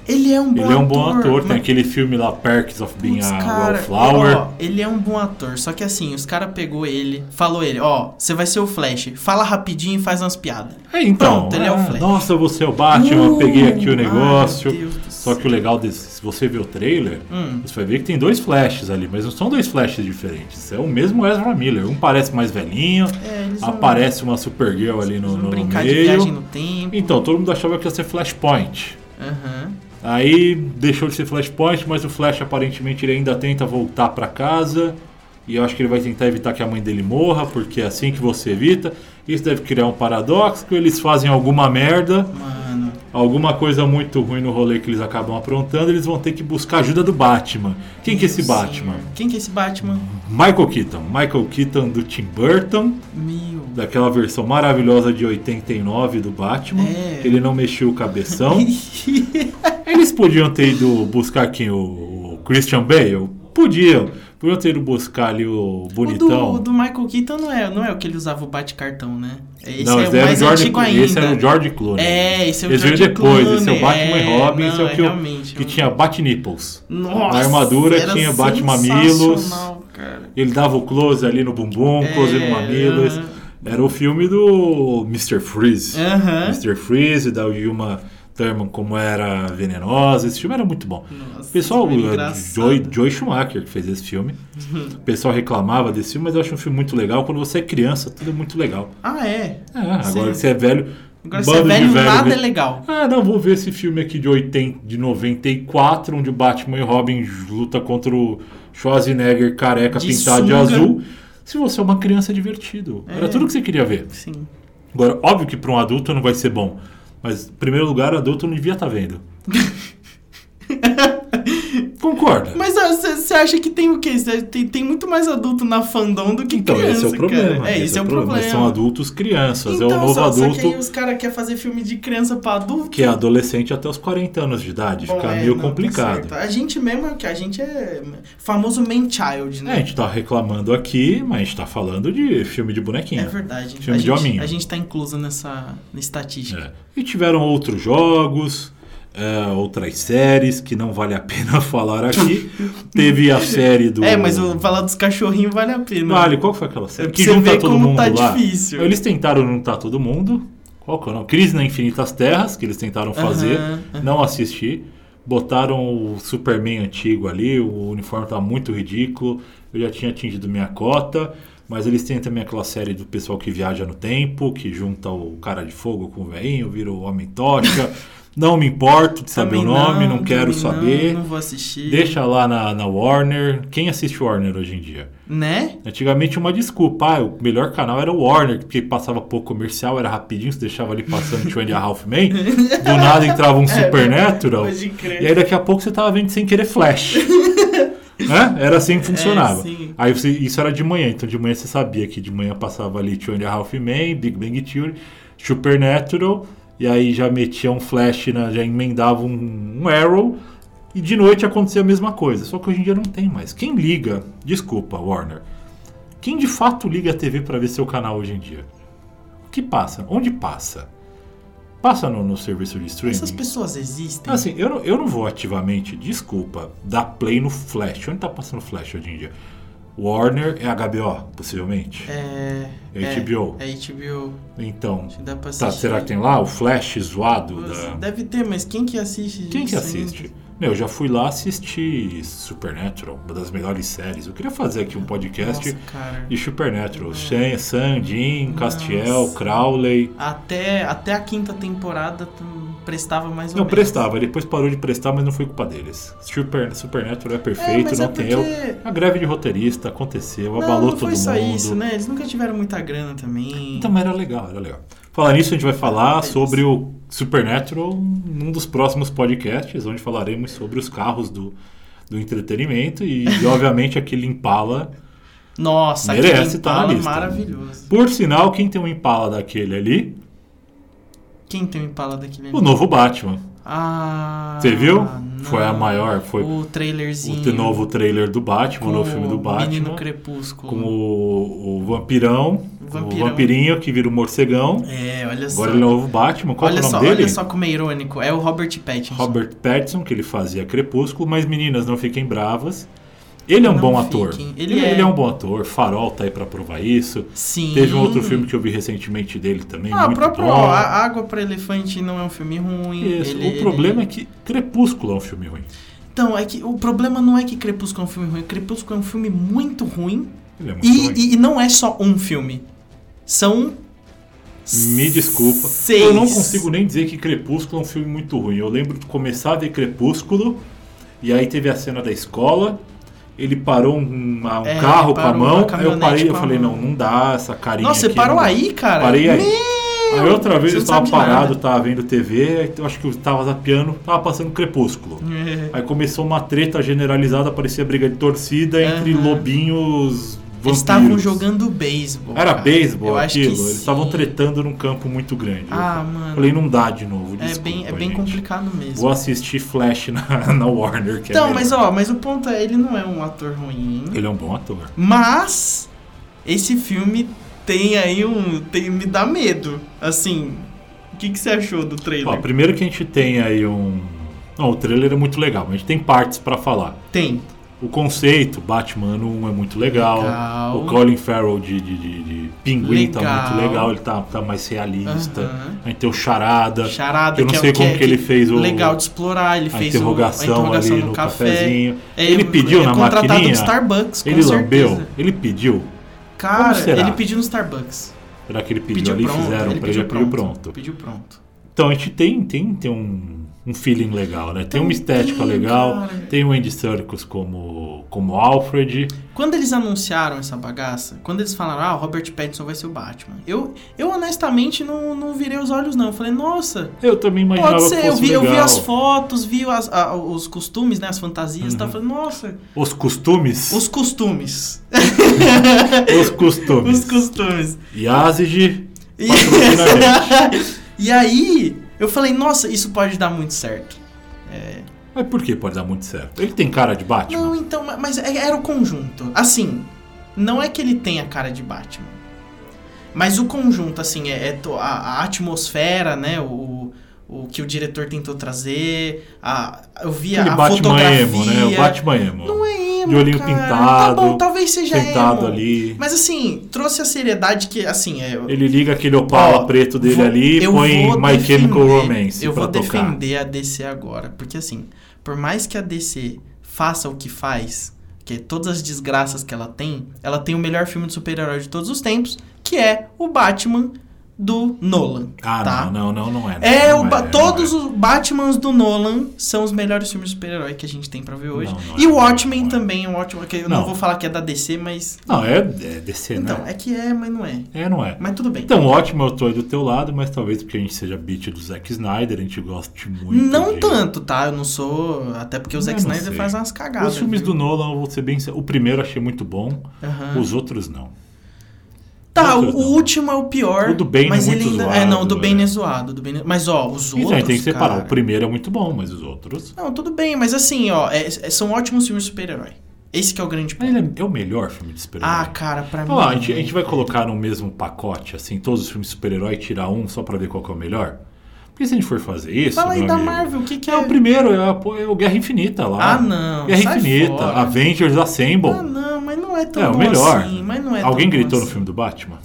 S2: Ele é um bom
S1: ele é um bom ator, tem
S2: mas-
S1: aquele filme lá, Perks of Being
S2: Putz,
S1: a
S2: cara,
S1: Wallflower.
S2: ó, ele é um bom ator, só que assim, os caras pegou ele, falou ele, ó, você vai ser o Flash, fala rapidinho e faz umas piadas.
S1: É, então,
S2: Pronto, ele é o
S1: ah,
S2: Flash.
S1: Nossa, você é o Batman, eu
S2: Uh,
S1: peguei aqui o
S2: ai,
S1: negócio.
S2: meu Deus do
S1: Só que o legal desse, se você ver o trailer,
S2: Hum.
S1: você vai ver que tem dois flashes ali, mas não são dois flashes diferentes. É o mesmo Ezra Miller. Um parece mais velhinho,
S2: É, eles vão-
S1: aparece uma Supergirl ali no,
S2: Vamos
S1: no
S2: brincar de viagem
S1: meio.
S2: no tempo.
S1: Então, todo mundo achava que ia ser Flashpoint.
S2: Aham.
S1: Aí deixou de ser Flashpoint, mas o Flash aparentemente ele ainda tenta voltar pra casa. E eu acho que ele vai tentar evitar que a mãe dele morra, porque é assim que você evita. Isso deve criar um paradoxo, que eles fazem alguma merda,
S2: Mano,
S1: alguma coisa muito ruim no rolê que eles acabam aprontando, eles vão ter que buscar ajuda do Batman. Quem que é esse
S2: meu
S1: Batman? Uhum.
S2: senhor. Quem que é esse Batman?
S1: Michael Keaton. Michael Keaton do Tim Burton,
S2: Meu.
S1: daquela versão maravilhosa de 89 do Batman.
S2: É.
S1: Ele não mexeu o cabeção. Eles podiam ter ido buscar quem? O, o Christian Bale? Podiam. Podiam ter ido buscar ali o
S2: o, do,
S1: bonitão.
S2: o do Michael Keaton não é, não é o que ele usava o bate-cartão, né? Esse
S1: não,
S2: é o mais
S1: George,
S2: antigo ainda.
S1: esse era o George Clooney.
S2: É, esse é o
S1: Eles viram
S2: George
S1: depois,
S2: Clooney.
S1: esse é o Batman e
S2: É,
S1: Robin, esse é
S2: não,
S1: o
S2: é
S1: que, o-
S2: realmente,
S1: que
S2: realmente.
S1: tinha Bat-nipples.
S2: Nossa,
S1: Na armadura
S2: era
S1: tinha Batmamilos.
S2: sensacional, cara.
S1: Ele dava o close ali no bumbum, close no mamilos.
S2: aham.
S1: Era o filme do Mr. Freeze.
S2: Aham.
S1: Mr. Freeze, da Yuma Thurman como era venenosa. Esse filme era muito bom. O pessoal, eh,
S2: foi
S1: o
S2: é engraçado. Uhum.
S1: Joy, Joy Schumacher que fez esse filme. O pessoal reclamava desse filme, mas eu acho um filme muito legal. Quando você é criança, tudo é muito legal.
S2: Ah, é.
S1: É, agora
S2: Sim.
S1: que você é velho.
S2: Agora
S1: bando
S2: você é
S1: de
S2: velho, nada
S1: vê-
S2: é legal.
S1: Ah, não, vou ver esse filme aqui de 80, de 94, onde o Batman e Robin luta contra o Schwarzenegger careca
S2: De
S1: pintado de
S2: sunga.
S1: azul. Se você é uma criança, é divertido. Era
S2: É.
S1: tudo que você queria ver.
S2: Sim.
S1: Agora, óbvio que para um adulto não vai ser bom. tá Mas, em primeiro lugar, adulto não devia estar vendo. concorda?
S2: Mas você acha que tem o quê? Cê- Tem, tem muito mais adulto na fandom do que
S1: Então,
S2: criança,
S1: esse é o problema.
S2: cara. É, esse é o problema.
S1: Mas São adultos crianças.
S2: Então,
S1: é o novo
S2: só, só
S1: adulto
S2: que aí
S1: que,
S2: os caras querem fazer filme de criança pra adulto.
S1: é adolescente até os 40 anos de idade.
S2: Bom,
S1: Fica
S2: é,
S1: meio
S2: não, tá
S1: complicado.
S2: certo. a gente mesmo é que a gente é famoso man child,
S1: É, a
S2: né?
S1: gente tá reclamando aqui, mas a gente tá falando de filme de bonequinho.
S2: É verdade.
S1: Filme
S2: a,
S1: de
S2: gente,
S1: hominho.
S2: a gente tá incluso nessa estatística.
S1: É. E tiveram outros jogos, é, outras séries que não vale a pena falar aqui. Teve a série do.
S2: É, mas o falar dos cachorrinhos vale a pena.
S1: Vale, qual que foi aquela série?
S2: É pra
S1: Que
S2: você
S1: junta
S2: ver
S1: todo
S2: como
S1: mundo
S2: tá
S1: lá.
S2: difícil.
S1: Eles tentaram juntar todo mundo. Qual que é o nome? Crise na Infinitas Terras, que eles tentaram fazer.
S2: Aham, aham.
S1: Não assisti. Botaram o Superman antigo ali, o uniforme tá muito ridículo. Eu já tinha atingido minha cota. Mas eles têm também aquela série do pessoal que viaja no tempo, que junta o cara de fogo com o veinho, vira o homem tocha. não me importo de saber o
S2: Também
S1: nome, não, quero
S2: também
S1: saber.
S2: Não, não vou assistir.
S1: Deixa lá na, na Warner. Quem assiste Warner hoje em dia?
S2: Né?
S1: Antigamente uma desculpa, ah, o melhor canal era o Warner, porque passava pouco comercial, era rapidinho, você deixava ali passando Two and a Half Men, do nada entrava um Supernatural,
S2: É, Pode crer.
S1: e aí daqui a pouco você tava vendo sem querer Flash. Né? Era assim que funcionava.
S2: É, sim.
S1: aí você- isso era de manhã, então de manhã você sabia que de manhã passava ali Two and a Half Men, Big Bang Theory, Supernatural, e aí já metia um Flash, na- já emendava um, um Arrow, e de noite acontecia a mesma coisa, só que hoje em dia não tem mais. Quem liga, desculpa, Warner, quem de fato liga a TV para ver seu canal hoje em dia? O que passa? Onde passa? Passa no, no serviço de streaming?
S2: Essas pessoas existem.
S1: Assim, eu não, eu não vou ativamente, desculpa, dar play no Flash. Onde tá passando Flash hoje em dia? Warner é HBO, possivelmente.
S2: É.
S1: É HBO.
S2: É HBO.
S1: Então,
S2: Acho que dá pra assistir.
S1: tá, será que tem lá o Flash zoado?
S2: Nossa,
S1: da-
S2: Deve ter, mas quem que assiste?
S1: Quem que
S2: isso
S1: assiste?
S2: ainda?
S1: Meu, eu já fui lá assistir Supernatural, uma das melhores séries. Eu queria fazer aqui um podcast
S2: Nossa, cara.
S1: de Supernatural. Sam, Sam, Jim, Castiel,
S2: Nossa.
S1: Crowley.
S2: Até, até a quinta temporada hum, prestava mais ou
S1: Não,
S2: menos.
S1: prestava, depois parou de prestar, mas não foi culpa deles. Super, Supernatural é
S2: É,
S1: perfeito,
S2: mas
S1: não
S2: é
S1: tem
S2: porque...
S1: erro. A greve de roteirista aconteceu,
S2: Não,
S1: abalou
S2: não
S1: todo
S2: foi só
S1: mundo.
S2: isso, né? Eles nunca tiveram muita grana também.
S1: Então era legal, era legal. Falar nisso, a gente vai falar
S2: Deles.
S1: sobre o Supernatural num dos próximos podcasts, onde falaremos sobre os carros do, do entretenimento e, e, obviamente, aquele Impala.
S2: Nossa,
S1: Merece
S2: aquele
S1: tá na
S2: Impala
S1: lista.
S2: maravilhoso.
S1: Por sinal, quem tem um Impala daquele ali?
S2: Quem tem o Impala daquele
S1: O novo Batman.
S2: Ah.
S1: Você viu?
S2: não.
S1: Foi a maior, foi
S2: O trailerzinho.
S1: o novo trailer do Batman,
S2: com
S1: o novo filme do
S2: o Menino
S1: Batman.
S2: Crepúsculo.
S1: com o, o vampirão,
S2: Vampirão.
S1: o vampirinho que vira o morcegão.
S2: É, olha só.
S1: Agora ele é o novo Batman. Qual que é
S2: olha
S1: o nome
S2: só,
S1: dele?
S2: olha só como é irônico. É o Robert Pattinson.
S1: Robert Pattinson, que ele fazia Crepúsculo, mas meninas, não fiquem bravas. Ele é um
S2: Não
S1: bom
S2: fiquem.
S1: ator.
S2: Ele é.
S1: um bom ator. Farol tá aí pra provar isso.
S2: Sim.
S1: Teve um outro filme que eu vi recentemente dele também.
S2: Ah, o
S1: muito
S2: próprio
S1: bom.
S2: ó, A Água para Elefante não é um filme ruim.
S1: Isso.
S2: ele-
S1: o problema
S2: ele-
S1: é que Crepúsculo é um filme ruim.
S2: Então, é que o problema não é que Crepúsculo é um filme ruim. Crepúsculo é um filme muito ruim.
S1: Ele é muito
S2: E,
S1: ruim.
S2: e- e não é só um filme. São.
S1: Me desculpa.
S2: Seis.
S1: Eu não consigo nem dizer que Crepúsculo é um filme muito ruim. Eu lembro de começar a ver Crepúsculo, e aí teve a cena da escola. Ele parou um, uma- um
S2: É,
S1: carro
S2: ele
S1: com a
S2: parou
S1: mão.
S2: uma
S1: Aí eu parei
S2: caminhonete
S1: eu
S2: com a
S1: falei,
S2: mão.
S1: não, não dá essa carinha.
S2: Nossa, você
S1: aqui,
S2: parou
S1: não dá.
S2: aí, cara?
S1: Parei aí.
S2: Meu,
S1: Aí outra vez
S2: você
S1: eu
S2: não
S1: tava
S2: sabe de nada.
S1: parado, tava vendo TV, aí eu acho que eu tava zapeando, tava passando Crepúsculo.
S2: É.
S1: Aí começou uma treta generalizada, parecia briga de torcida entre
S2: Aham.
S1: lobinhos vampiros.
S2: Eles estavam jogando beisebol.
S1: Era
S2: cara.
S1: beisebol
S2: Eu acho que
S1: aquilo, eles
S2: sim.
S1: estavam tretando num campo muito grande. Eu
S2: Ah, mano.
S1: Falei, não dá de novo.
S2: é
S1: Desculpa,
S2: bem, é bem
S1: gente.
S2: complicado mesmo.
S1: Vou assistir Flash na, na Warner. Que
S2: Então,
S1: é
S2: mas
S1: melhor.
S2: ó, mas o ponto é, ele não é um ator ruim.
S1: Ele é um bom ator.
S2: Mas esse filme tem aí um. Tem, me dá medo. Assim. O que, que você achou do trailer?
S1: Ó, primeiro que a gente tem aí um. Não, o trailer é muito legal, mas a gente tem partes pra falar.
S2: tem.
S1: O conceito, Batman 1 é muito legal.
S2: Legal.
S1: O Colin Farrell de, de, de- de Pinguim tá muito
S2: Legal.
S1: legal, ele tá, tá mais realista.
S2: Aham.
S1: Aí tem o Charada.
S2: Charada,
S1: Eu não
S2: que é-
S1: sei
S2: que
S1: como
S2: é-
S1: que ele fez o-
S2: Legal de explorar, ele
S1: A
S2: fez o-
S1: interrogação,
S2: a interrogação
S1: ali no, cafezinho.
S2: É,
S1: ele pediu
S2: é
S1: na
S2: contratado
S1: maquininha.
S2: do Starbucks, com
S1: ele
S2: certeza.
S1: lambeu, ele pediu.
S2: Cara,
S1: Como será?
S2: ele pediu no Starbucks.
S1: Será que ele pediu,
S2: Pediu
S1: ali e
S2: pronto.
S1: fizeram
S2: ele
S1: pra ele
S2: pediu
S1: pediu
S2: pronto,
S1: pronto.
S2: Pediu pronto.
S1: Então a gente tem, tem, tem um, um feeling legal, né? Tem uma estética legal,
S2: Então, hum, cara.
S1: tem o Andy Serkis como, como Alfred.
S2: Quando eles anunciaram essa bagaça, quando eles falaram, ah, o Robert Pattinson vai ser o Batman, eu, eu honestamente não, não virei os olhos, não. Eu falei, nossa,
S1: Eu também imaginava
S2: pode ser.
S1: que
S2: Eu
S1: fosse
S2: vi, eu
S1: legal.
S2: vi as fotos, vi as- a- os costumes, né, as fantasias,
S1: Uhum.
S2: tá? Eu falei, nossa,
S1: Os costumes.
S2: os costumes.
S1: Os costumes.
S2: os costumes.
S1: Yazid,
S2: E-
S1: patrocina a gente.
S2: e aí, eu falei, nossa, isso pode dar muito certo. É,
S1: Mas por que pode dar muito certo? Ele tem cara de Batman?
S2: Não, então, ma- mas é- era o conjunto. Assim, não é que ele tem a cara de Batman. Mas o conjunto, assim, é, é to- a, a atmosfera, né? O, o que o diretor tentou trazer. A, eu vi
S1: Aquele
S2: a
S1: Batman
S2: fotografia.
S1: emo, né? O Batman emo.
S2: Não é emo,
S1: De olhinho
S2: cara.
S1: pintado,
S2: Tá bom, talvez seja
S1: Sentado
S2: emo.
S1: ali.
S2: Mas assim, trouxe a seriedade que, assim, é,
S1: Ele liga aquele opala
S2: Ó,
S1: preto dele
S2: vou-
S1: ali e
S2: eu
S1: põe
S2: vou
S1: My Chemical
S2: defender-
S1: Romance
S2: Eu
S1: pra
S2: vou
S1: tocar.
S2: defender a DC agora, porque assim, por mais que a DC faça o que faz, que é todas as desgraças que ela tem, ela tem o melhor filme de super-herói de todos os tempos, que é o Batman do Nolan.
S1: Ah,
S2: tá?
S1: não, não, não, não é.
S2: É,
S1: não
S2: o ba-
S1: não
S2: todos os Batmans do Nolan são os melhores filmes de super-herói que a gente tem pra ver hoje.
S1: Não, não
S2: e
S1: é,
S2: o
S1: não é,
S2: Watchmen
S1: não é.
S2: também é um ótimo, que eu não.
S1: Não.
S2: vou falar que é da DC, mas
S1: Não, é, é DC,
S2: então,
S1: né?
S2: é que é, mas não é.
S1: É, não é.
S2: Mas tudo bem.
S1: Então, ótimo, eu tô aí do teu lado, mas talvez porque a gente seja beat do Zack Snyder, a gente goste muito.
S2: Não
S1: de-
S2: tanto, tá? Eu não sou. Até porque o
S1: Eu
S2: Zack
S1: não
S2: Snyder
S1: sei.
S2: faz umas cagadas.
S1: Os filmes
S2: viu? Ah.
S1: do Nolan, eu vou ser bem. sério, O primeiro eu achei muito bom,
S2: Aham.
S1: os outros não.
S2: Tá, o,
S1: outros não.
S2: o último é o pior.
S1: O do Bane
S2: mas
S1: é
S2: ele
S1: muito
S2: ainda. é, não, o do
S1: zoado,
S2: Bane
S1: é.
S2: é zoado. Do Bane... Mas, ó, os
S1: Então,
S2: outros.
S1: aí tem que separar.
S2: cara-
S1: O primeiro é muito bom, mas os outros.
S2: Não, tudo bem, mas assim, ó, é- é- são ótimos filmes de super-herói. Esse que é o grande
S1: Mas
S2: ponto.
S1: ele é, é o melhor filme de super-herói.
S2: Ah, cara, pra mim.
S1: Olha lá, a gente, a gente vai colocar no mesmo pacote, assim, todos os filmes de super-herói, tirar um só pra ver qual que é o melhor? Porque se a gente for fazer isso.
S2: Fala aí
S1: meu
S2: da
S1: amigo,
S2: Marvel, o que, que
S1: É o primeiro, é, a- pô, é o Guerra Infinita lá.
S2: Ah, não.
S1: Guerra
S2: sai
S1: Infinita,
S2: fora.
S1: Avengers Assemble.
S2: Ah, não, mas não é tão
S1: É, o
S2: bom
S1: melhor.
S2: assim. Mas não é
S1: Alguém
S2: tão bom
S1: gritou no
S2: assim.
S1: filme do Batman?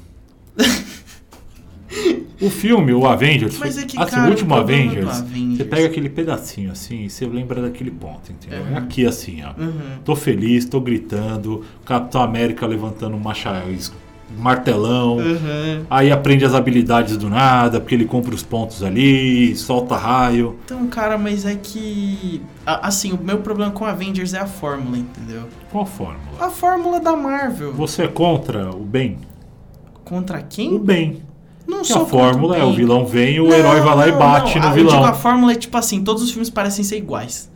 S1: o filme, o Avengers.
S2: Mas
S1: foi-
S2: é que,
S1: assim,
S2: cara,
S1: o
S2: o
S1: último
S2: problema do
S1: Avengers, Você
S2: Avengers.
S1: pega aquele pedacinho assim e você lembra daquele ponto, entendeu?
S2: Uhum.
S1: É aqui assim, ó.
S2: Uhum.
S1: Tô feliz, tô gritando. Capitão América levantando um macha- es- martelão.
S2: Uhum.
S1: Aí aprende as habilidades do nada, porque ele compra os pontos ali, solta raio.
S2: Então, cara, mas é que. a- Assim, o meu problema com Avengers é a fórmula, entendeu?
S1: Qual a fórmula?
S2: A fórmula da Marvel.
S1: Você é contra o bem?
S2: Contra
S1: O
S2: quem?
S1: bem.
S2: Não
S1: Que
S2: sou
S1: a
S2: contra
S1: fórmula é
S2: bem.
S1: o vilão vem e o
S2: Não,
S1: herói vai lá e
S2: não,
S1: bate
S2: não.
S1: no
S2: Ah,
S1: vilão.
S2: Eu digo, a fórmula é tipo assim: todos os filmes parecem ser iguais.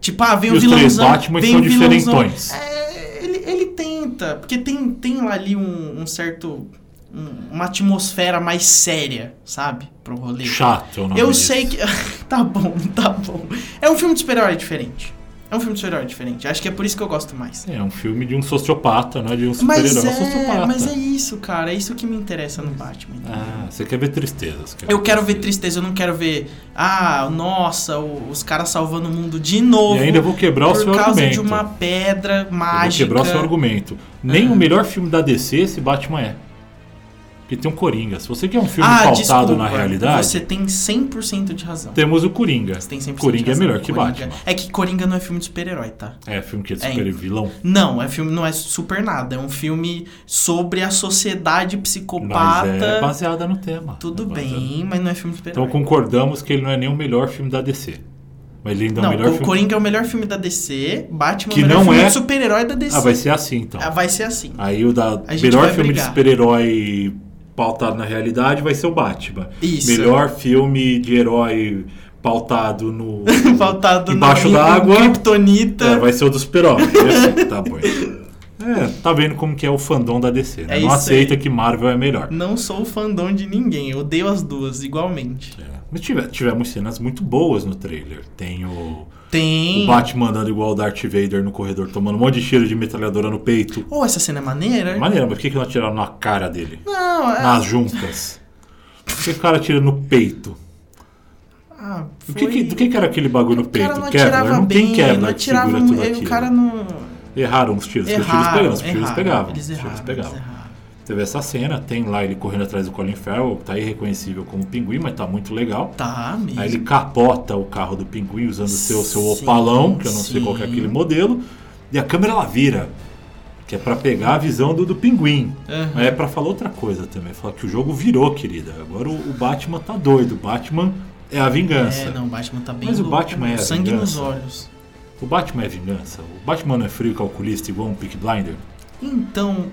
S2: Tipo, ah, vem
S1: E
S2: o
S1: os três
S2: vilãozão.
S1: Batman
S2: vem
S1: são
S2: o vilãozão.
S1: diferentões.
S2: É, ele, ele tenta. Porque tem, tem lá ali um, um certo. um- uma atmosfera mais séria, sabe? Pro rolê.
S1: Chato, é o nome
S2: um Eu
S1: disso.
S2: sei que. tá bom, tá bom. É um filme de super-herói diferente. É um filme de super-herói diferente. Acho que é por isso que eu gosto mais.
S1: É um filme de um sociopata, não é de um
S2: Mas
S1: super-herói, é um
S2: é,
S1: sociopata.
S2: mas é isso, cara. É isso que me interessa no Batman. entendeu?
S1: Ah, você quer ver tristezas.
S2: Eu quero ver tristeza, eu não quero ver. Ah, nossa, o- os caras salvando o mundo de novo.
S1: E ainda vou quebrar o
S2: por
S1: seu
S2: causa
S1: argumento.
S2: de uma pedra
S1: Eu vou
S2: mágica. É.
S1: quebrar o seu argumento. Nem o melhor filme da DC esse Batman é. Porque tem um Coringa. Se você quer um filme
S2: ah,
S1: pautado
S2: desculpa,
S1: na realidade,
S2: Você tem 100% de razão.
S1: temos o Coringa.
S2: Você tem 100% de
S1: Coringa é
S2: razão.
S1: melhor que
S2: Coringa-
S1: Batman.
S2: É que Coringa não é filme de super-herói, tá?
S1: É, filme que é de
S2: É,
S1: super vilão.
S2: Não, é filme não é super nada. É um filme sobre a sociedade
S1: Mas é
S2: psicopata.
S1: baseada no tema.
S2: Tudo
S1: É baseada-
S2: bem, mas não é filme super
S1: Então concordamos que ele não é nem o melhor filme da DC. Mas ele ainda é o
S2: Não,
S1: melhor
S2: o
S1: filme.
S2: Coringa é o melhor filme da DC, Batman
S1: Que
S2: é o
S1: não
S2: melhor filme
S1: é-
S2: de super-herói da DC.
S1: Ah, vai ser assim então.
S2: Ah, vai ser assim.
S1: Aí o da
S2: A gente
S1: melhor
S2: vai
S1: filme
S2: brigar.
S1: de super-herói pautado na realidade vai ser o Batman.
S2: Isso.
S1: Melhor filme de herói pautado no
S2: Faltado
S1: embaixo
S2: no,
S1: da água.
S2: Kryptonita.
S1: É, vai ser o do super-homem. É assim, tá bom. É, tá vendo como que é o fandom da DC, né?
S2: É
S1: Não
S2: isso
S1: aceita que Marvel é melhor.
S2: Não sou fandom de ninguém, eu odeio as duas igualmente.
S1: É. Mas tive- tivemos cenas muito boas no trailer. Tem o,
S2: Tem.
S1: o Batman andando igual o Darth Vader no corredor, tomando um monte de tiro de metralhadora no peito.
S2: Oh, essa cena é maneira?
S1: Maneiro, mas por que, que não atiraram na cara dele?
S2: Não, é.
S1: Nas juntas? Por que o cara atira no peito?
S2: Ah,
S1: Do
S2: foi...
S1: que, que- do que que era aquele bagulho no
S2: O cara
S1: peito?
S2: não
S1: Kevlar?
S2: atirava
S1: Não tem
S2: bem, ele não
S1: Kevlar que
S2: atirava.
S1: segura tudo
S2: ele-
S1: aquilo. né?
S2: O cara não.
S1: Erraram os tiros, porque
S2: Erraram,
S1: os tiros pegavam, os tiros
S2: erraram,
S1: pegavam.
S2: Eles
S1: os tiros
S2: erraram.
S1: pegavam.
S2: Eles erraram.
S1: Teve essa cena, tem lá ele correndo atrás do Colin Farrell, tá irreconhecível como pinguim, mas tá muito legal.
S2: Tá mesmo.
S1: Aí ele capota o carro do pinguim usando o seu, seu
S2: Sim,
S1: opalão, que eu não sei qual que é
S2: sim.
S1: aquele modelo, e a câmera ela vira, que é pra pegar a visão do, do pinguim.
S2: Aham.
S1: Mas é pra falar outra coisa também, falar que o jogo virou, querida. Agora o, o Batman tá doido, o Batman É a vingança.
S2: É, não, o Batman tá bem
S1: Mas o
S2: louco,
S1: Batman é a
S2: Sangue nos
S1: vingança.
S2: olhos.
S1: O Batman é vingança. O Batman não é frio calculista igual um Peak Blinder.
S2: Então,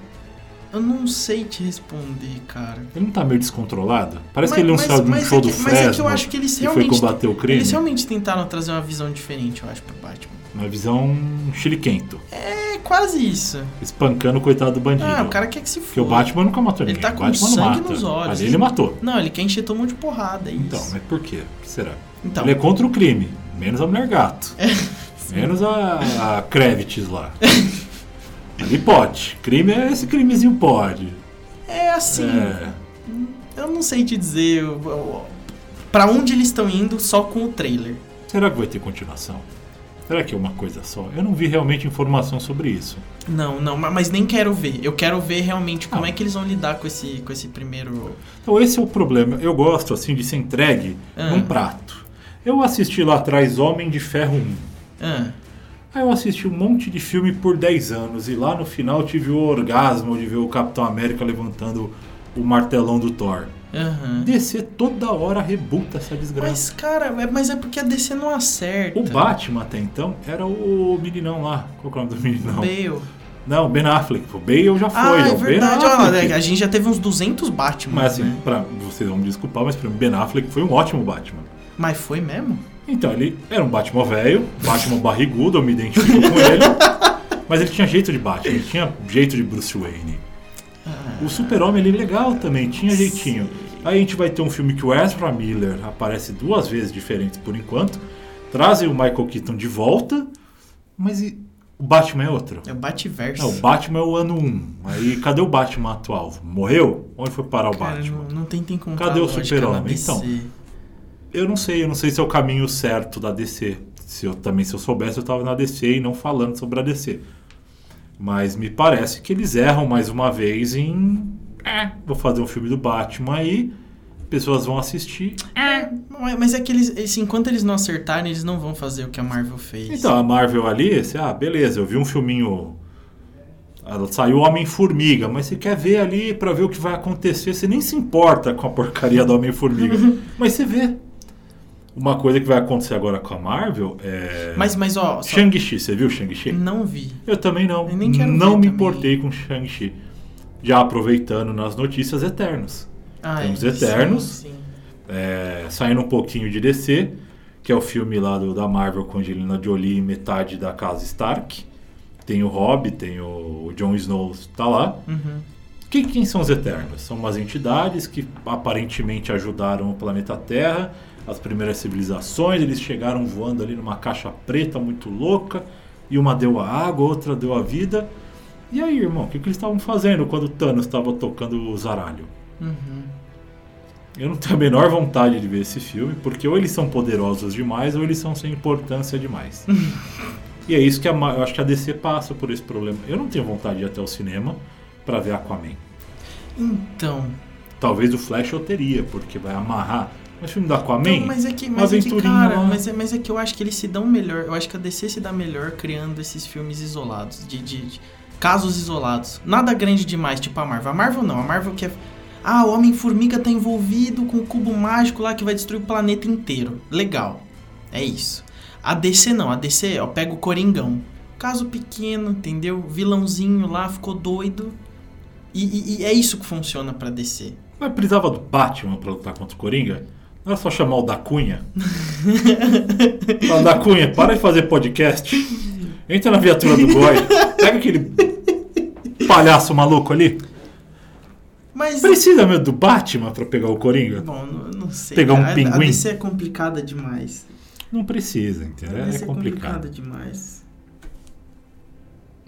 S2: eu não sei te responder, cara.
S1: Ele não tá meio descontrolado? Parece que ele não saiu de um
S2: mas
S1: show
S2: é que,
S1: do
S2: Mas é que eu
S1: Fresno
S2: acho que eles
S1: e foi
S2: realmente...
S1: combater o crime.
S2: Eles realmente tentaram trazer uma visão diferente, eu acho, pro Batman.
S1: Uma visão chiliquento.
S2: É quase isso.
S1: Espancando o coitado do bandido.
S2: Ah, o cara quer que se foda.
S1: Porque o Batman nunca matou
S2: Ele
S1: ninguém.
S2: tá
S1: o
S2: com
S1: Batman não
S2: sangue
S1: mata.
S2: nos olhos.
S1: Mas ele matou.
S2: Não, ele quer encher todo mundo de porrada, é isso.
S1: Então, mas por quê? Por que será?
S2: Então, É.
S1: Ele é contra o crime. Menos a mulher gato. menos a, a Kravitz lá. Ali pode. Crime é esse crimezinho pode.
S2: é assim...
S1: É.
S2: Eu não sei te dizer eu, eu, pra onde eles estão indo só com o trailer.
S1: Será que vai ter continuação? Será que é uma coisa só? Eu não vi realmente informação sobre isso.
S2: Não, não, ma- mas nem quero ver. Eu quero ver realmente como
S1: Ah.
S2: é que eles vão lidar com esse, com esse primeiro.
S1: Então esse é o problema. Eu gosto assim de ser entregue
S2: Ah.
S1: num prato. Eu assisti lá atrás Homem de Ferro 1.
S2: Ah,
S1: Aí eu assisti um monte de filme por 10 anos e lá no final tive o orgasmo de ver o Capitão América levantando o martelão do Thor.
S2: aham.
S1: DC toda hora rebuta essa desgraça.
S2: Mas, cara, é, mas é porque a DC não acerta.
S1: O Batman até então era o meninão lá. Qual que é o nome do meninão?
S2: Bale.
S1: Não, Ben Affleck. O Bale já foi.
S2: ah,
S1: já.
S2: é
S1: O Ben
S2: verdade. Olha,
S1: Affleck.
S2: a gente já teve uns 200 Batman.
S1: Mas assim,
S2: né?
S1: pra, vocês vão me desculpar, mas pra mim Ben Affleck foi um ótimo Batman.
S2: Mas foi mesmo?
S1: Então, ele era um Batman velho, Batman barrigudo, eu me identifico com ele. Mas ele tinha jeito de Batman, ele tinha jeito de Bruce Wayne.
S2: Ah,
S1: O Super-Homem, ele é legal também, tinha jeitinho. Aí a gente vai ter um filme que o Ezra Miller aparece duas vezes diferentes por enquanto. Trazem o Michael Keaton de volta, mas e- o Batman é outro.
S2: é o Bativerso.
S1: Não, o Batman é o ano 1. Aí cadê o Batman atual? Morreu? Onde foi parar é o
S2: Cara,
S1: Batman?
S2: não, não tenta encontrar
S1: Cadê o
S2: a lógica
S1: Super-Homem, então?
S2: na DC.
S1: Eu não sei, eu não sei se é o caminho certo da DC. Se eu também, se eu soubesse, eu tava na DC e não falando sobre a DC. Mas me parece que eles erram mais uma vez em. É, vou fazer um filme do Batman aí, pessoas vão assistir.
S2: Mas- Mas é que eles, eles- enquanto eles não acertarem, eles não vão fazer o que a Marvel fez.
S1: Então, a Marvel ali, você, ah, beleza, eu vi um filminho. ah, Saiu Homem-Formiga, mas você quer ver ali pra ver o que vai acontecer. Você nem se importa com a porcaria do Homem-Formiga, mas você vê. Uma coisa que vai acontecer agora com a Marvel é.
S2: Mas, mas ó, só
S1: Shang-Chi, você viu Shang-Chi?
S2: não vi.
S1: Eu também não.
S2: Eu nem
S1: não
S2: quero ver
S1: me
S2: também.
S1: importei com Shang-Chi. Já aproveitando nas notícias Eternos.
S2: Ah,
S1: Tem os
S2: sim,
S1: Eternos.
S2: sim.
S1: É, saindo um pouquinho de DC, que é o filme lá do- da Marvel com Angelina Jolie e metade da casa Stark. Tem o Hobby, tem o, o Jon Snow, tá lá.
S2: Uhum.
S1: Que, quem são os Eternos? São umas entidades que aparentemente ajudaram o planeta Terra, as primeiras civilizações, eles chegaram voando ali numa caixa preta muito louca, e uma deu a água, outra deu a vida. E aí, irmão, o que, que eles estavam fazendo quando o Thanos estava tocando o zaralho?
S2: Uhum.
S1: Eu não tenho a menor vontade de ver esse filme, porque ou eles são poderosos demais, ou eles são sem importância demais. e é isso que a, Ma- eu acho que a DC passa por esse problema. Eu não tenho vontade de ir até o cinema pra ver Aquaman.
S2: Então.
S1: Talvez o Flash eu teria, porque vai amarrar. Mas o filme do Aquaman,
S2: então, mas é que, mas é que
S1: aventurinha
S2: cara,
S1: lá.
S2: mas é, mas é que eu acho que eles se dão melhor. Eu acho que a DC se dá melhor criando esses filmes isolados, de, de- de casos isolados. Nada grande demais, tipo a Marvel. A Marvel não, a Marvel quer. Ah, o Homem-Formiga tá envolvido com o cubo mágico lá que vai destruir o planeta inteiro. Legal. É isso. A DC não, a DC, ó, pega o Coringão. Caso pequeno, entendeu? Vilãozinho lá, ficou doido. E, e- e é isso que funciona pra DC.
S1: mas precisava do Batman pra lutar contra o Coringa? Não era só chamar o da Cunha? Fala, da Cunha, para de fazer podcast. Entra na viatura do boy. Pega aquele palhaço maluco ali.
S2: Mas.
S1: Precisa mesmo do Batman pra pegar o Coringa?
S2: Bom, não, não sei.
S1: Pegar um
S2: cara. A-
S1: pinguim?
S2: A DC é complicada demais.
S1: Não precisa, entendeu?
S2: a
S1: É
S2: DC é complicada
S1: complicado.
S2: demais.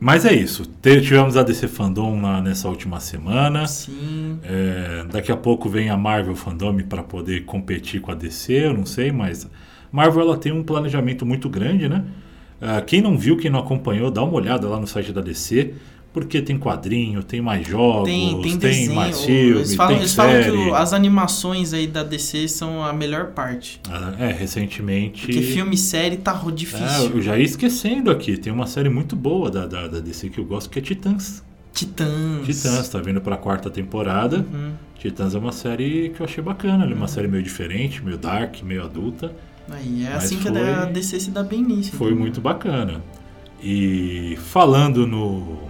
S1: Mas é isso. Te- Tivemos a DC Fandom na- nessa última semana.
S2: Sim.
S1: É, daqui a pouco vem a Marvel Fandom para poder competir com a DC, eu não sei, mas Marvel ela tem um planejamento muito grande, né? Ah, quem não viu, quem não acompanhou, dá uma olhada lá no site da DC, porque tem quadrinho, tem mais jogos,
S2: Tem,
S1: tem,
S2: tem desenho.
S1: mais filme,
S2: eles falam,
S1: tem
S2: eles falam
S1: série.
S2: que o- as animações aí da DC são a melhor parte.
S1: Ah, é, recentemente...
S2: Porque filme e série tá ro-
S1: É,
S2: difícil.
S1: eu já ia esquecendo aqui, tem uma série muito boa da, da, da DC que eu gosto que é Titãs.
S2: Titãs.
S1: Titãs, tá vindo pra quarta temporada.
S2: Hum.
S1: Titãs é uma série que eu achei bacana, ela é uma série meio diferente, meio dark, meio adulta.
S2: Aí é
S1: Mas
S2: assim que
S1: foi-
S2: a DC se dá bem nisso.
S1: Foi muito bacana. E falando no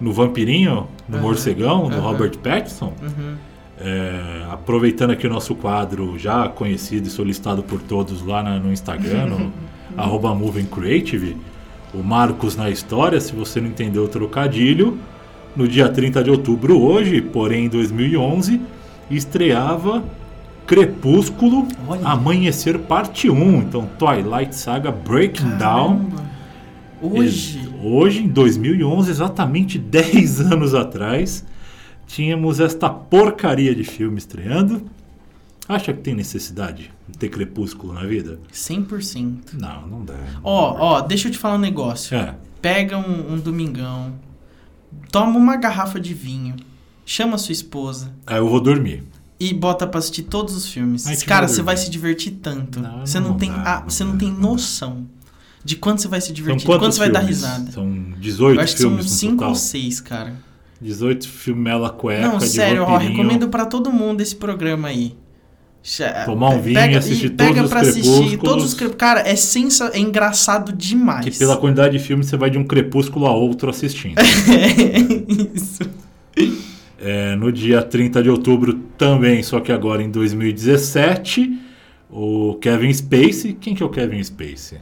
S1: no vampirinho, no
S2: Aham,
S1: morcegão, no
S2: aham.
S1: Robert Pattinson,
S2: Uhum.
S1: é, aproveitando aqui o nosso quadro já conhecido e solicitado por todos lá na- no Instagram, no arroba Moving Creative, o Marcos na história, se você não entendeu o trocadilho, no dia 30 de outubro hoje, porém em 2011, estreava Crepúsculo
S2: Olha.
S1: Amanhecer Parte 1, então Twilight Saga Breaking Down.
S2: Caramba. Hoje.
S1: Ex- Hoje, em 2011, exatamente 10 anos atrás, tínhamos esta porcaria de filme estreando. Acha que tem necessidade de ter crepúsculo na vida?
S2: 100%.
S1: Não, não dá.
S2: Ó, ó, deixa eu te falar um negócio.
S1: É,
S2: Pega um, um domingão, toma uma garrafa de vinho, chama sua esposa
S1: aí é, eu vou dormir.
S2: e bota pra assistir todos os filmes.
S1: Ai, que
S2: Cara,
S1: maravilha.
S2: você vai se divertir tanto.
S1: Não,
S2: você
S1: não
S2: não, tem,
S1: dá,
S2: a-
S1: não
S2: você
S1: dá,
S2: não tem
S1: não dá.
S2: noção de quanto você vai se
S1: São
S2: divertir, de quanto
S1: Então, quantos
S2: você vai dar
S1: filmes?
S2: risada.
S1: São
S2: Eu
S1: 18
S2: acho que são
S1: filmes
S2: uns
S1: no
S2: 5
S1: total.
S2: ou 6, cara.
S1: 18 filmela cueca
S2: não,
S1: de
S2: sério, ó,
S1: vampirinho.
S2: recomendo pra todo mundo esse programa aí. Che-
S1: Tomar um vinho,
S2: pega,
S1: assistir
S2: e pega
S1: todos os
S2: pra assistir todos
S1: crepúsculos.
S2: os crep- Cara, é sensa, é engraçado demais.
S1: Que pela quantidade de filmes você vai de um crepúsculo a outro assistindo.
S2: É isso.
S1: É, no dia 30 de outubro também, só que agora em 2017, o Kevin Spacey. Quem que é o Kevin Spacey?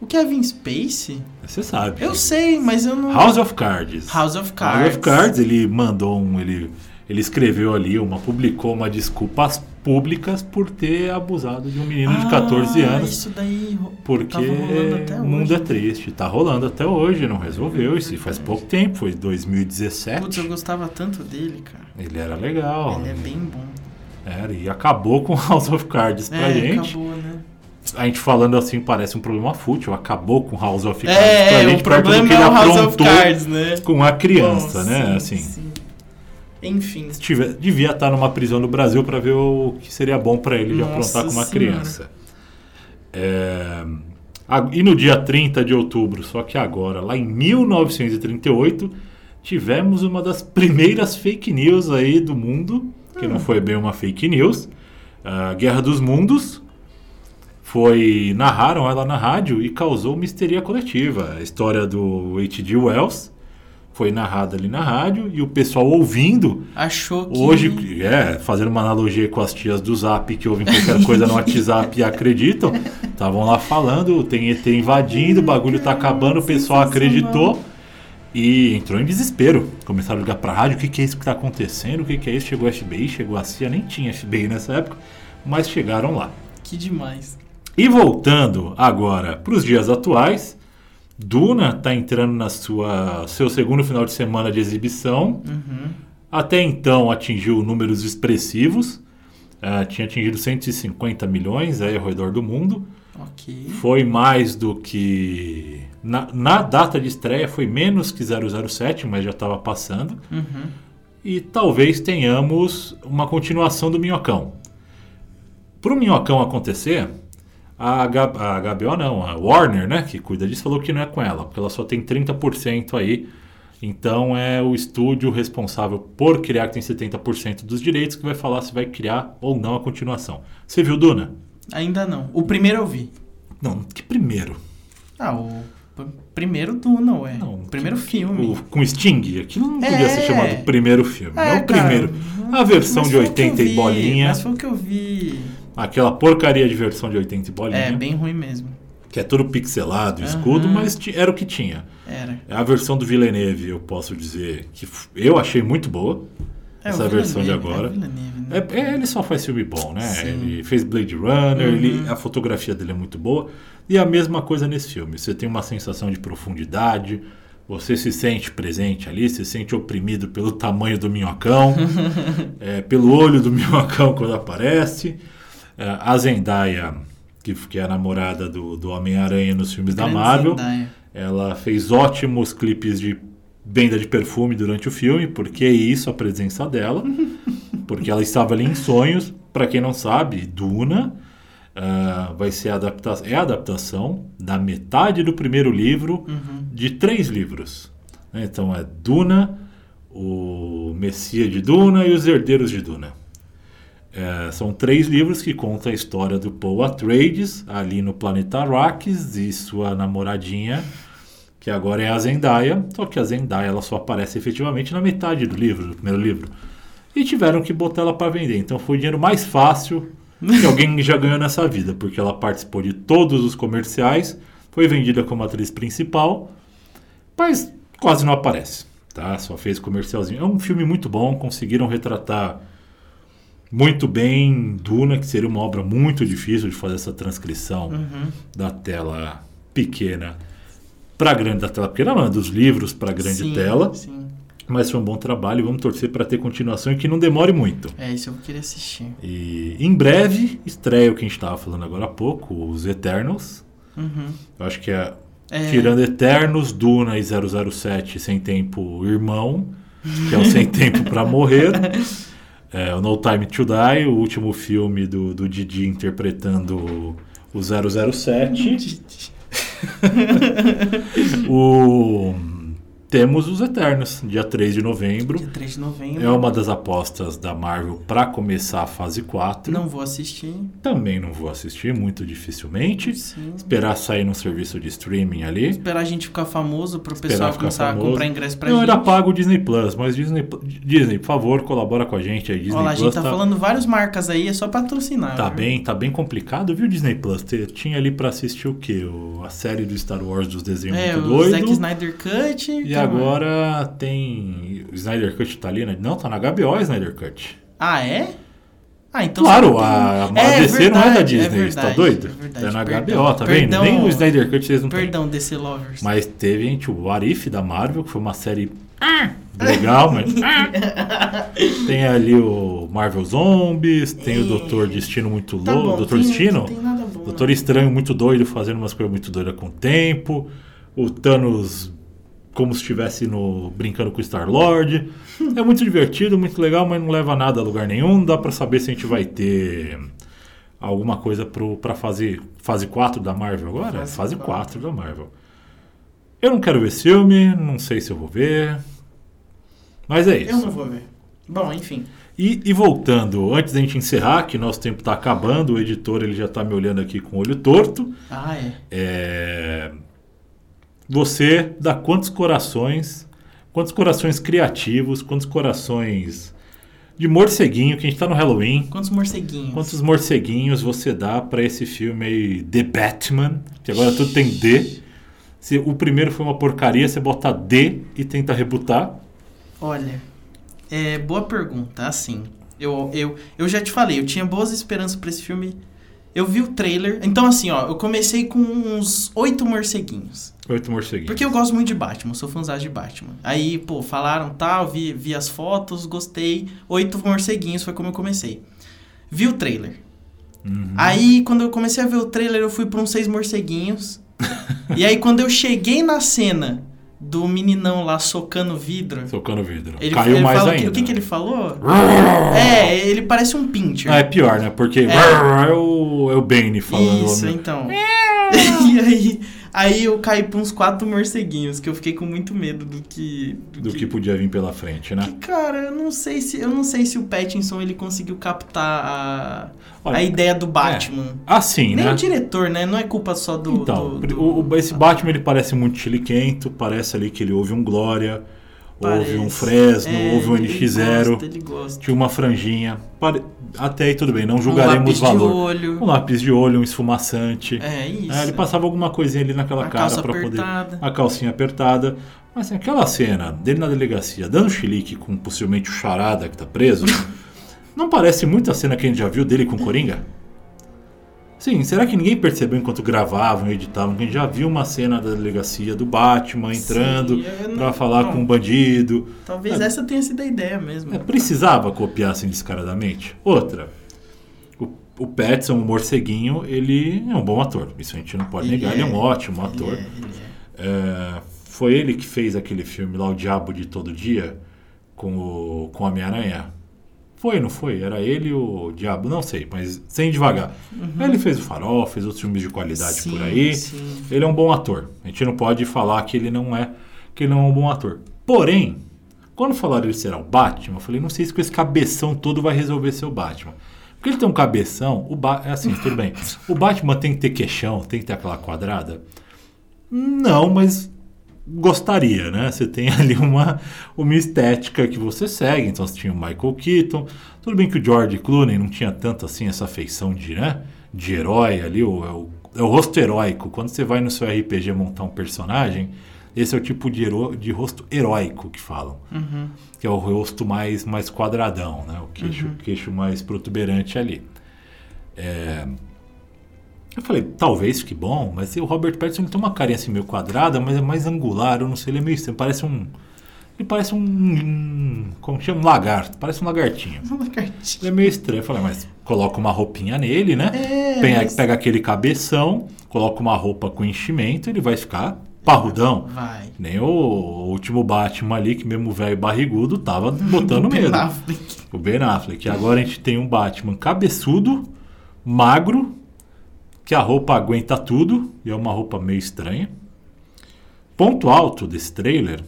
S2: O Kevin Space?
S1: Você sabe.
S2: Eu sei, mas eu não.
S1: House of Cards.
S2: House of Cards.
S1: House of Cards, ele mandou um. Ele, ele escreveu ali uma, publicou uma desculpas públicas por ter abusado de um menino de 14
S2: Ah,
S1: anos.
S2: Isso daí. ro-
S1: Porque
S2: Tava tá rolando até
S1: o mundo é
S2: hoje.
S1: triste, tá rolando até hoje, não resolveu. Isso faz pouco tempo, foi 2017.
S2: Putz, eu gostava tanto dele, cara.
S1: Ele era legal.
S2: Ele é bem bom.
S1: Era, e acabou com House of Cards pra
S2: é,
S1: gente.
S2: acabou, né?
S1: A gente falando assim parece um problema fútil. Acabou com House of Cards pra
S2: É,
S1: gente
S2: o problema
S1: perto do que
S2: é
S1: ele
S2: o House of
S1: aprontou
S2: Cards, né?
S1: com a criança,
S2: Bom,
S1: né?
S2: sim,
S1: assim,
S2: sim. Enfim.
S1: se tiver- devia estar numa prisão no Brasil pra ver o que seria bom pra ele de
S2: Nossa
S1: aprontar com uma
S2: Senhora.
S1: criança. É, a- E no dia 30 de outubro, só que agora, lá em 1938, tivemos uma das primeiras fake news aí do mundo, que
S2: Ah.
S1: não foi bem uma fake news, a Guerra dos Mundos. Foi narraram ela na rádio e causou misteria coletiva. A história do H.G. Wells foi narrada ali na rádio e o pessoal ouvindo
S2: Achou que.
S1: Hoje, é, fazendo uma analogia com as tias do Zap que ouvem qualquer coisa no WhatsApp e acreditam, estavam lá falando, tem ET invadindo, o bagulho tá acabando, o pessoal acreditou e entrou em desespero. Começaram a ligar pra rádio, o que, que é isso que tá acontecendo, o que, que é isso, chegou a FBI, chegou a CIA, nem tinha FBI nessa época, mas chegaram lá.
S2: Que demais.
S1: E voltando agora para os dias atuais, Duna tá entrando na sua seu segundo final de semana de exibição.
S2: Uhum,
S1: Até então atingiu números expressivos, ah, tinha atingido 150 milhões aí ao redor do mundo.
S2: Ok.
S1: Foi mais do que. Na, na data de estreia foi menos que 007, mas já estava passando.
S2: Uhum.
S1: E talvez tenhamos uma continuação do Minhocão. Para o Minhocão acontecer, a, H, a HBO não, a Warner, né, que cuida disso, falou que não é com ela, porque ela só tem 30% aí. Então é o estúdio responsável por criar, que tem 70% dos direitos, que vai falar se vai criar ou não a continuação. Você viu, Duna?
S2: Ainda não. O primeiro eu vi.
S1: Não, que primeiro.
S2: Ah, o p- primeiro Duna, ué.
S1: Não,
S2: o primeiro
S1: O,
S2: filme.
S1: com Sting, aquilo não podia
S2: É.
S1: ser chamado primeiro filme. É, o
S2: cara,
S1: primeiro. A
S2: mas
S1: versão
S2: foi
S1: de
S2: o que
S1: 80
S2: eu
S1: e
S2: vi,
S1: bolinha.
S2: Mas foi o que eu vi.
S1: Aquela porcaria de versão de 80 e bolinha.
S2: É, bem ruim mesmo.
S1: que é todo pixelado, escudo,
S2: Aham.
S1: mas ti- era o que tinha. É
S2: Era.
S1: A versão do Villeneuve, eu posso dizer que f- eu achei muito boa.
S2: É,
S1: Essa
S2: o
S1: versão de
S2: Villeneuve,
S1: agora.
S2: É, o Villeneuve, né?
S1: É, é, ele só faz filme bom, né?
S2: Sim.
S1: Ele fez Blade Runner,
S2: Uhum.
S1: ele- a fotografia dele é muito boa. E a mesma coisa nesse filme. Você tem uma sensação de profundidade, você se sente presente ali, se sente oprimido pelo tamanho do minhocão, é, pelo olho do minhocão quando aparece. É, a Zendaya, que, que é a namorada do, do Homem-Aranha nos filmes da
S2: Grande
S1: Marvel.
S2: Zendaya.
S1: Ela fez ótimos clipes de venda de perfume durante o filme, porque é isso a presença dela. porque ela estava ali em sonhos. Pra quem não sabe, Duna ah, vai ser a adapta é a adaptação da metade do primeiro livro de três livros. né? Então é Duna, o Messias de Duna e os Herdeiros de Duna. É, são três livros que contam a história do Paul Atreides ali no planeta Arrakis e sua namoradinha, que agora é a Zendaya. Só que a Zendaya ela só aparece efetivamente na metade do livro, do primeiro livro. E tiveram que botar ela para vender. Então foi o dinheiro mais fácil que alguém já ganhou nessa vida, porque ela participou de todos os comerciais, foi vendida como atriz principal, mas quase não aparece, tá? Só fez comercialzinho. É um filme muito bom, conseguiram retratar muito bem Duna, que seria uma obra muito difícil de fazer essa transcrição
S2: Uhum.
S1: da tela pequena para grande da tela pequena, não, é dos livros para grande
S2: Sim,
S1: tela,
S2: Sim.
S1: mas foi um bom trabalho, vamos torcer para ter continuação e que não demore muito.
S2: É isso eu queria assistir.
S1: E em breve estreia o que a gente estava falando agora há pouco, os Eternals.
S2: Uhum.
S1: Eu acho que é,
S2: É,
S1: tirando Eternos, Duna e 007, Sem Tempo Irmão, que é o Sem Tempo pra Morrer. É, o No Time to Die, o último filme do, do Didi interpretando o 007. O, temos os Eternos, dia 3 de novembro.
S2: Dia 3 de novembro.
S1: É uma das apostas da Marvel pra começar a fase 4.
S2: Não vou assistir.
S1: Também não vou assistir, muito dificilmente.
S2: Sim.
S1: Esperar sair num serviço de streaming ali.
S2: Esperar a gente ficar famoso pro
S1: Esperar
S2: pessoal
S1: ficar
S2: começar
S1: famoso.
S2: a comprar ingresso pra
S1: não
S2: gente.
S1: era pago o Disney Plus, mas Disney, Disney, por favor, colabora com a gente aí. Disney
S2: Olha lá, a
S1: Plus
S2: gente tá, falando várias marcas aí, é só patrocinar.
S1: tá
S2: viu?
S1: bem, tá bem complicado, viu, Disney Plus? Te- Tinha ali pra assistir o quê? O- a série do Star Wars dos desenhos
S2: É,
S1: muito
S2: o Zack
S1: doido.
S2: Snyder Cut.
S1: E
S2: que mais?
S1: agora tem. O Snyder Cut tá ali, né? Não, tá na HBO o Snyder Cut.
S2: Ah, é? Ah, então.
S1: claro,
S2: você
S1: a, a
S2: tem- É
S1: DC não é da
S2: verdade,
S1: Disney,
S2: é
S1: você
S2: verdade,
S1: tá doido?
S2: É,
S1: É,
S2: verdade.
S1: na
S2: Perdão,
S1: HBO, tá
S2: perdão,
S1: vendo? Nem o Snyder Cut vocês não têm.
S2: Perdão, DC Lovers.
S1: Mas teve, gente, o Arif da Marvel, que foi uma série ah, legal, mas. ah. tem ali o Marvel Zombies, tem o Doutor Destino muito
S2: Tá
S1: louco.
S2: bom,
S1: Doutor
S2: tem-
S1: Destino?
S2: Não tem nada bom. né?
S1: Doutor Estranho muito doido, fazendo umas coisas muito doidas com o tempo. O Thanos como se estivesse no brincando com o Star Lord. É muito divertido, muito legal, mas não leva nada a lugar nenhum. Não Dá pra saber se a gente vai ter alguma coisa pro, pra fase, fase 4 da Marvel agora?
S2: Fase
S1: Fase, 4
S2: 4.
S1: da Marvel. Eu não quero ver esse filme, não sei se eu vou ver. Mas é isso.
S2: Eu não vou ver. Bom, enfim.
S1: E, e voltando, antes da gente encerrar, que nosso tempo está acabando, o editor ele já está me olhando aqui com o olho torto.
S2: Ah, é.
S1: É, Você dá quantos corações, quantos corações criativos, quantos corações de morceguinho, que a gente está no Halloween,
S2: Quantos morceguinhos?
S1: quantos morceguinhos você dá para esse filme aí, The Batman, que agora tudo tem D. Se o primeiro foi uma porcaria, você bota D e tenta rebutar.
S2: Olha, é boa pergunta, assim. Eu, eu, eu já te falei, eu tinha boas esperanças pra esse filme. Eu vi o trailer. Então, assim, ó, eu comecei com uns oito morceguinhos.
S1: Oito morceguinhos.
S2: Porque eu gosto muito de Batman, sou fãzão de Batman. Aí, pô, falaram tal, vi, vi as fotos, gostei. Oito morceguinhos foi como eu comecei. Vi o trailer.
S1: Uhum.
S2: Aí, quando eu comecei a ver o trailer, eu fui pra uns seis morceguinhos. e aí, quando eu cheguei na cena do meninão lá socando vidro,
S1: Socando vidro.
S2: ele,
S1: Caiu
S2: ele
S1: mais
S2: fala, o que-
S1: ainda.
S2: O que, que ele falou? é, ele parece um pincher.
S1: Ah, é pior, né? Porque é, o, é o Bane falando.
S2: Isso,
S1: né?
S2: então. e aí, aí eu caí pra uns quatro morceguinhos, que eu fiquei com muito medo do que.
S1: Do que podia vir pela frente, né?
S2: que, cara, eu não sei se eu não sei se o Pattinson ele conseguiu captar a,
S1: Olha, é,
S2: a ideia do Batman.
S1: Assim,
S2: Nem
S1: né?
S2: o diretor, né? Não é culpa só do.
S1: Então,
S2: do- do-
S1: o- o- esse Batman ele parece muito chiliquento, parece ali que ele houve um Glória,
S2: parece.
S1: houve um Fresno,
S2: É,
S1: houve um
S2: ele gosta,
S1: NX0,
S2: Ele gosta.
S1: tinha uma franjinha. pare- Até aí tudo bem, não
S2: um
S1: julgaremos
S2: lápis
S1: valor.
S2: de olho.
S1: Um lápis de olho, um esfumaçante.
S2: É isso.
S1: É, ele passava alguma coisinha ali naquela
S2: Uma
S1: cara
S2: calça
S1: pra poder.
S2: apertada.
S1: A calcinha apertada. Mas assim, aquela cena dele na delegacia dando chilique com possivelmente o charada que tá preso. não parece muito a cena que a gente já viu dele com o Coringa? Sim, será que ninguém percebeu enquanto gravavam e editavam que a gente já viu uma cena da delegacia do Batman entrando
S2: Sim, eu não-
S1: pra falar
S2: não,
S1: com um bandido?
S2: Talvez
S1: É.
S2: essa tenha sido a ideia mesmo.
S1: É, precisava copiar assim descaradamente? Outra. O, o Pattinson, o morceguinho, ele é um bom ator. Isso a gente não pode
S2: Ele
S1: negar, ele é
S2: é.
S1: um ótimo ator.
S2: Ele é, ele é.
S1: É, foi ele que fez aquele filme lá, O Diabo de Todo Dia, com o com a Homem-Aranha. Foi, não foi? Era ele o Diabo, não sei, mas sem devagar. Ele fez o Farol, fez outros filmes de qualidade
S2: Uhum. Sim,
S1: por aí.
S2: sim.
S1: Ele é um bom ator. A gente não pode falar que ele não é. que ele não é um bom ator. Porém, quando falaram ele será o Batman, eu falei, não sei se com esse cabeção todo vai resolver ser o Batman. Porque ele tem um cabeção, o ba é assim, tudo bem. O Batman tem que ter queixão, tem que ter aquela quadrada? Não, mas gostaria, né? Você tem ali uma, uma estética que você segue. Então você tinha o Michael Keaton. Tudo bem que o George Clooney não tinha tanto assim essa feição de, né? De herói ali, o, é, o, é o rosto heróico. Quando você vai no seu RPG montar um personagem, esse é o tipo de, hero, de rosto heróico que falam.
S2: Uhum.
S1: Que é o rosto mais, mais quadradão, né? O queixo,
S2: Uhum.
S1: queixo mais protuberante ali. É, Eu falei, talvez fique bom, mas o Robert Pattinson ele tem uma carinha assim meio quadrada, mas é mais angular, eu não sei, ele é meio estranho, parece um... Ele parece um- um... como chama? Um lagarto, parece um lagartinho. Ele é meio estranho. Eu falei, mas coloca uma roupinha nele, né?
S2: É,
S1: Pega,
S2: mas-
S1: pega aquele cabeção, coloca uma roupa com enchimento, ele vai ficar parrudão.
S2: Vai.
S1: Nem o último Batman ali, que mesmo o velho barrigudo tava botando
S2: Ben
S1: medo.
S2: Affleck.
S1: O Ben Affleck. Agora a gente tem um Batman cabeçudo, magro, que a roupa aguenta tudo, e é uma roupa meio estranha. Ponto alto desse trailer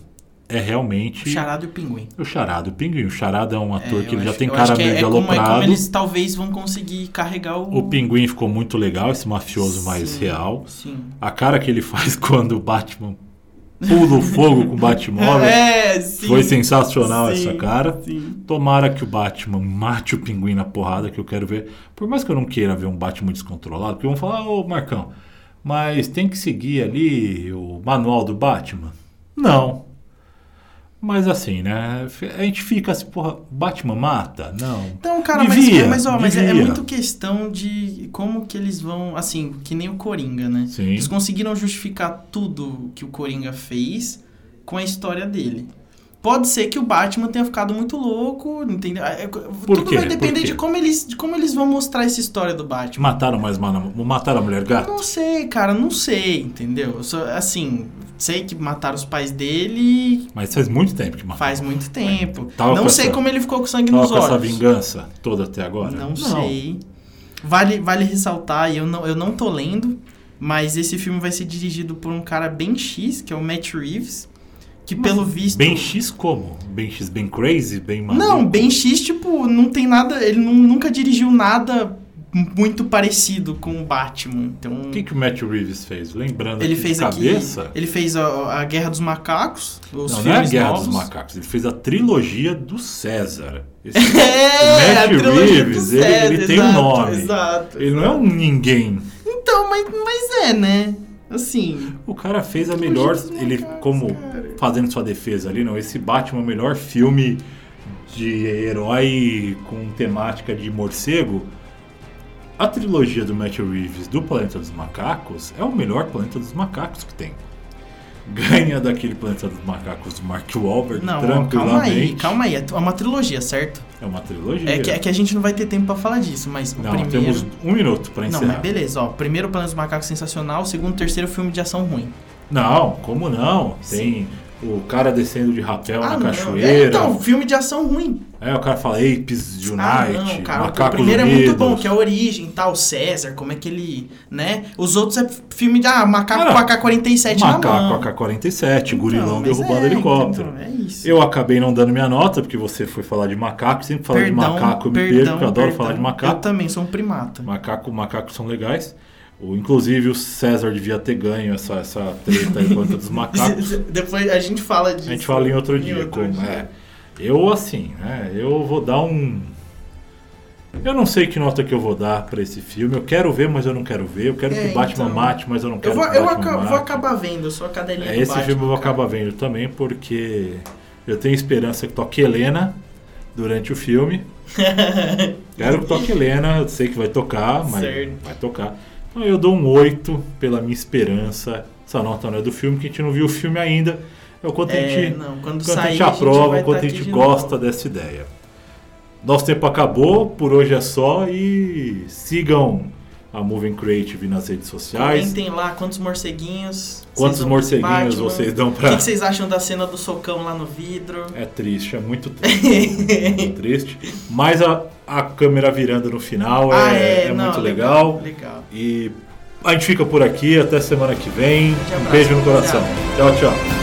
S1: é realmente
S2: Charada e o Pinguim.
S1: o Charada. O Pinguim. O Charada é um ator
S2: É,
S1: que
S2: eu
S1: ele já
S2: acho-
S1: tem
S2: eu
S1: cara
S2: acho que
S1: meio de
S2: é, é como, é como
S1: aloprado.
S2: eles talvez vão conseguir carregar o...
S1: O Pinguim ficou muito legal, esse mafioso mais
S2: Sim,
S1: real.
S2: Sim.
S1: A cara que ele faz quando o Batman pula o fogo com o Batmóvel.
S2: É, sim.
S1: Foi sensacional
S2: Sim,
S1: essa cara.
S2: Sim.
S1: Tomara que o Batman mate o pinguim na porrada, que eu quero ver. Por mais que eu não queira ver um Batman descontrolado, porque vão falar, ô Marcão, mas tem que seguir ali o manual do Batman? Não. Mas assim, né? A gente fica assim, porra, Batman mata? Não.
S2: Então, cara,
S1: Devia,
S2: mas, mas, ó, mas é, é
S1: devia.
S2: muito questão de como que eles vão. Assim, que nem o Coringa, né?
S1: Sim.
S2: Eles conseguiram justificar tudo que o Coringa fez com a história dele. Pode ser que o Batman tenha ficado muito louco, entendeu? É, é, tudo
S1: quê?
S2: vai
S1: Por
S2: depender
S1: quê?
S2: de como, eles, de como eles vão mostrar essa história do Batman.
S1: Mataram mais mano, mataram a mulher gata?
S2: Não sei, cara, não sei, entendeu? Eu só- assim, sei que mataram os pais dele
S1: Mas faz muito tempo que mataram.
S2: faz muito tempo.
S1: Ah, Tava
S2: não
S1: com
S2: sei
S1: essa-
S2: como ele ficou com sangue
S1: Tava
S2: nos
S1: com essa
S2: olhos.
S1: vingança toda até agora?
S2: Não, sei. Vale, vale ressaltar, e eu não, eu não tô lendo, mas esse filme vai ser dirigido por um cara bem X, que é o Matt Reeves, que pelo visto.
S1: Bem X como? Bem X bem crazy? Bem maluco?
S2: Não, bem X, tipo, não tem nada. Ele nu- nunca dirigiu nada muito parecido com o Batman. Então.
S1: O que, que o Matt Reeves fez? Lembrando
S2: ele
S1: aqui
S2: fez
S1: de cabeça...
S2: aqui. Ele fez a, a Guerra dos Macacos, os
S1: não, não é a
S2: filmes
S1: Guerra
S2: novos.
S1: dos Macacos. Ele fez a trilogia do César. Esse-
S2: É,
S1: Matt
S2: a trilogia do
S1: Reeves, ele- ele
S2: Zed,
S1: tem um
S2: exato,
S1: nome.
S2: Exato.
S1: ele não é um ninguém.
S2: Então, mas, mas é, né? Assim.
S1: O cara fez a melhor...
S2: dos
S1: Ele,
S2: Macacos,
S1: como...
S2: cara.
S1: Fazendo sua defesa ali, não. Esse Batman é o melhor filme de herói com temática de morcego. A trilogia do Matt Reeves do Planeta dos Macacos é o melhor Planeta dos Macacos que tem. Ganha daquele Planeta dos Macacos do Mark Wahlberg
S2: Não, ó,
S1: tranquilamente.
S2: calma aí, calma aí. É t- é uma trilogia, certo?
S1: É uma trilogia.
S2: É que, é que a gente não vai ter tempo pra falar disso, mas o
S1: Não,
S2: primeiro.
S1: temos um minuto pra
S2: Não,
S1: encerrar.
S2: mas beleza, ó. Primeiro Planeta dos Macacos é sensacional, segundo, terceiro filme de ação ruim.
S1: Não, como não? Tem o cara descendo de rapel na
S2: não.
S1: cachoeira.
S2: É, então, filme de ação ruim.
S1: Aí o cara fala Apes Unite,
S2: ah, não, cara. o
S1: Macacos
S2: primeiro é muito
S1: Unidos.
S2: bom, que é a origem, tal, César, como é que ele. né? Os outros é filme de. Ah, macaco
S1: Cara,
S2: com AK-47 na mão.
S1: Macaco AK-47,
S2: Então,
S1: gurilão
S2: mas
S1: derrubando
S2: é,
S1: helicóptero.
S2: então, é isso.
S1: Eu acabei não dando minha nota, porque você foi falar de macaco, sempre falar de macaco eu me perco, eu adoro falar de macaco.
S2: Eu também sou um primata.
S1: Macaco, macacos são legais. O, inclusive o César devia ter ganho essa, essa treta aí contra dos macacos.
S2: Depois a gente fala disso.
S1: A gente fala em outro dia.
S2: outro
S1: como,
S2: dia.
S1: é. Eu, assim, né, eu vou dar um. Eu não sei que nota que eu vou dar pra esse filme. Eu quero ver, mas eu não quero ver. Eu quero
S2: É,
S1: que o Batman
S2: então.
S1: mate, mas eu não quero
S2: Eu, vou,
S1: que o
S2: eu
S1: Batman
S2: aca-
S1: mate.
S2: vou acabar vendo, eu sou a cadelinha
S1: É,
S2: do
S1: esse
S2: Batman,
S1: filme eu vou
S2: cara.
S1: acabar vendo também, porque eu tenho esperança que toque Helena durante o filme. Quero que toque Helena, eu sei que vai tocar, mas
S2: Certo.
S1: vai tocar. Então eu dou um 8 pela minha esperança. Essa nota não é do filme, que a gente não viu o filme ainda. É o quanto a
S2: É,
S1: gente
S2: não, quando,
S1: quanto
S2: sair,
S1: a gente aprova,
S2: vai
S1: quanto
S2: tá
S1: a
S2: aqui
S1: gente
S2: de
S1: gosta
S2: novo.
S1: dessa ideia. Nosso tempo acabou, por hoje é só e sigam a Moving Creative nas redes sociais.
S2: Comentem lá quantos morceguinhos. vocês
S1: Quantos
S2: dão pro
S1: morceguinhos
S2: Batman,
S1: vocês dão
S2: O que
S1: pra.
S2: que vocês acham da cena do socão lá no vidro?
S1: É triste, é muito triste. é muito triste. Mas a, a câmera virando no final
S2: ah,
S1: é,
S2: é,
S1: é
S2: não,
S1: muito legal.
S2: Legal.
S1: E a gente fica por aqui, até semana que vem.
S2: Grande
S1: Um beijo no
S2: abraço,
S1: coração. Tchau, tchau.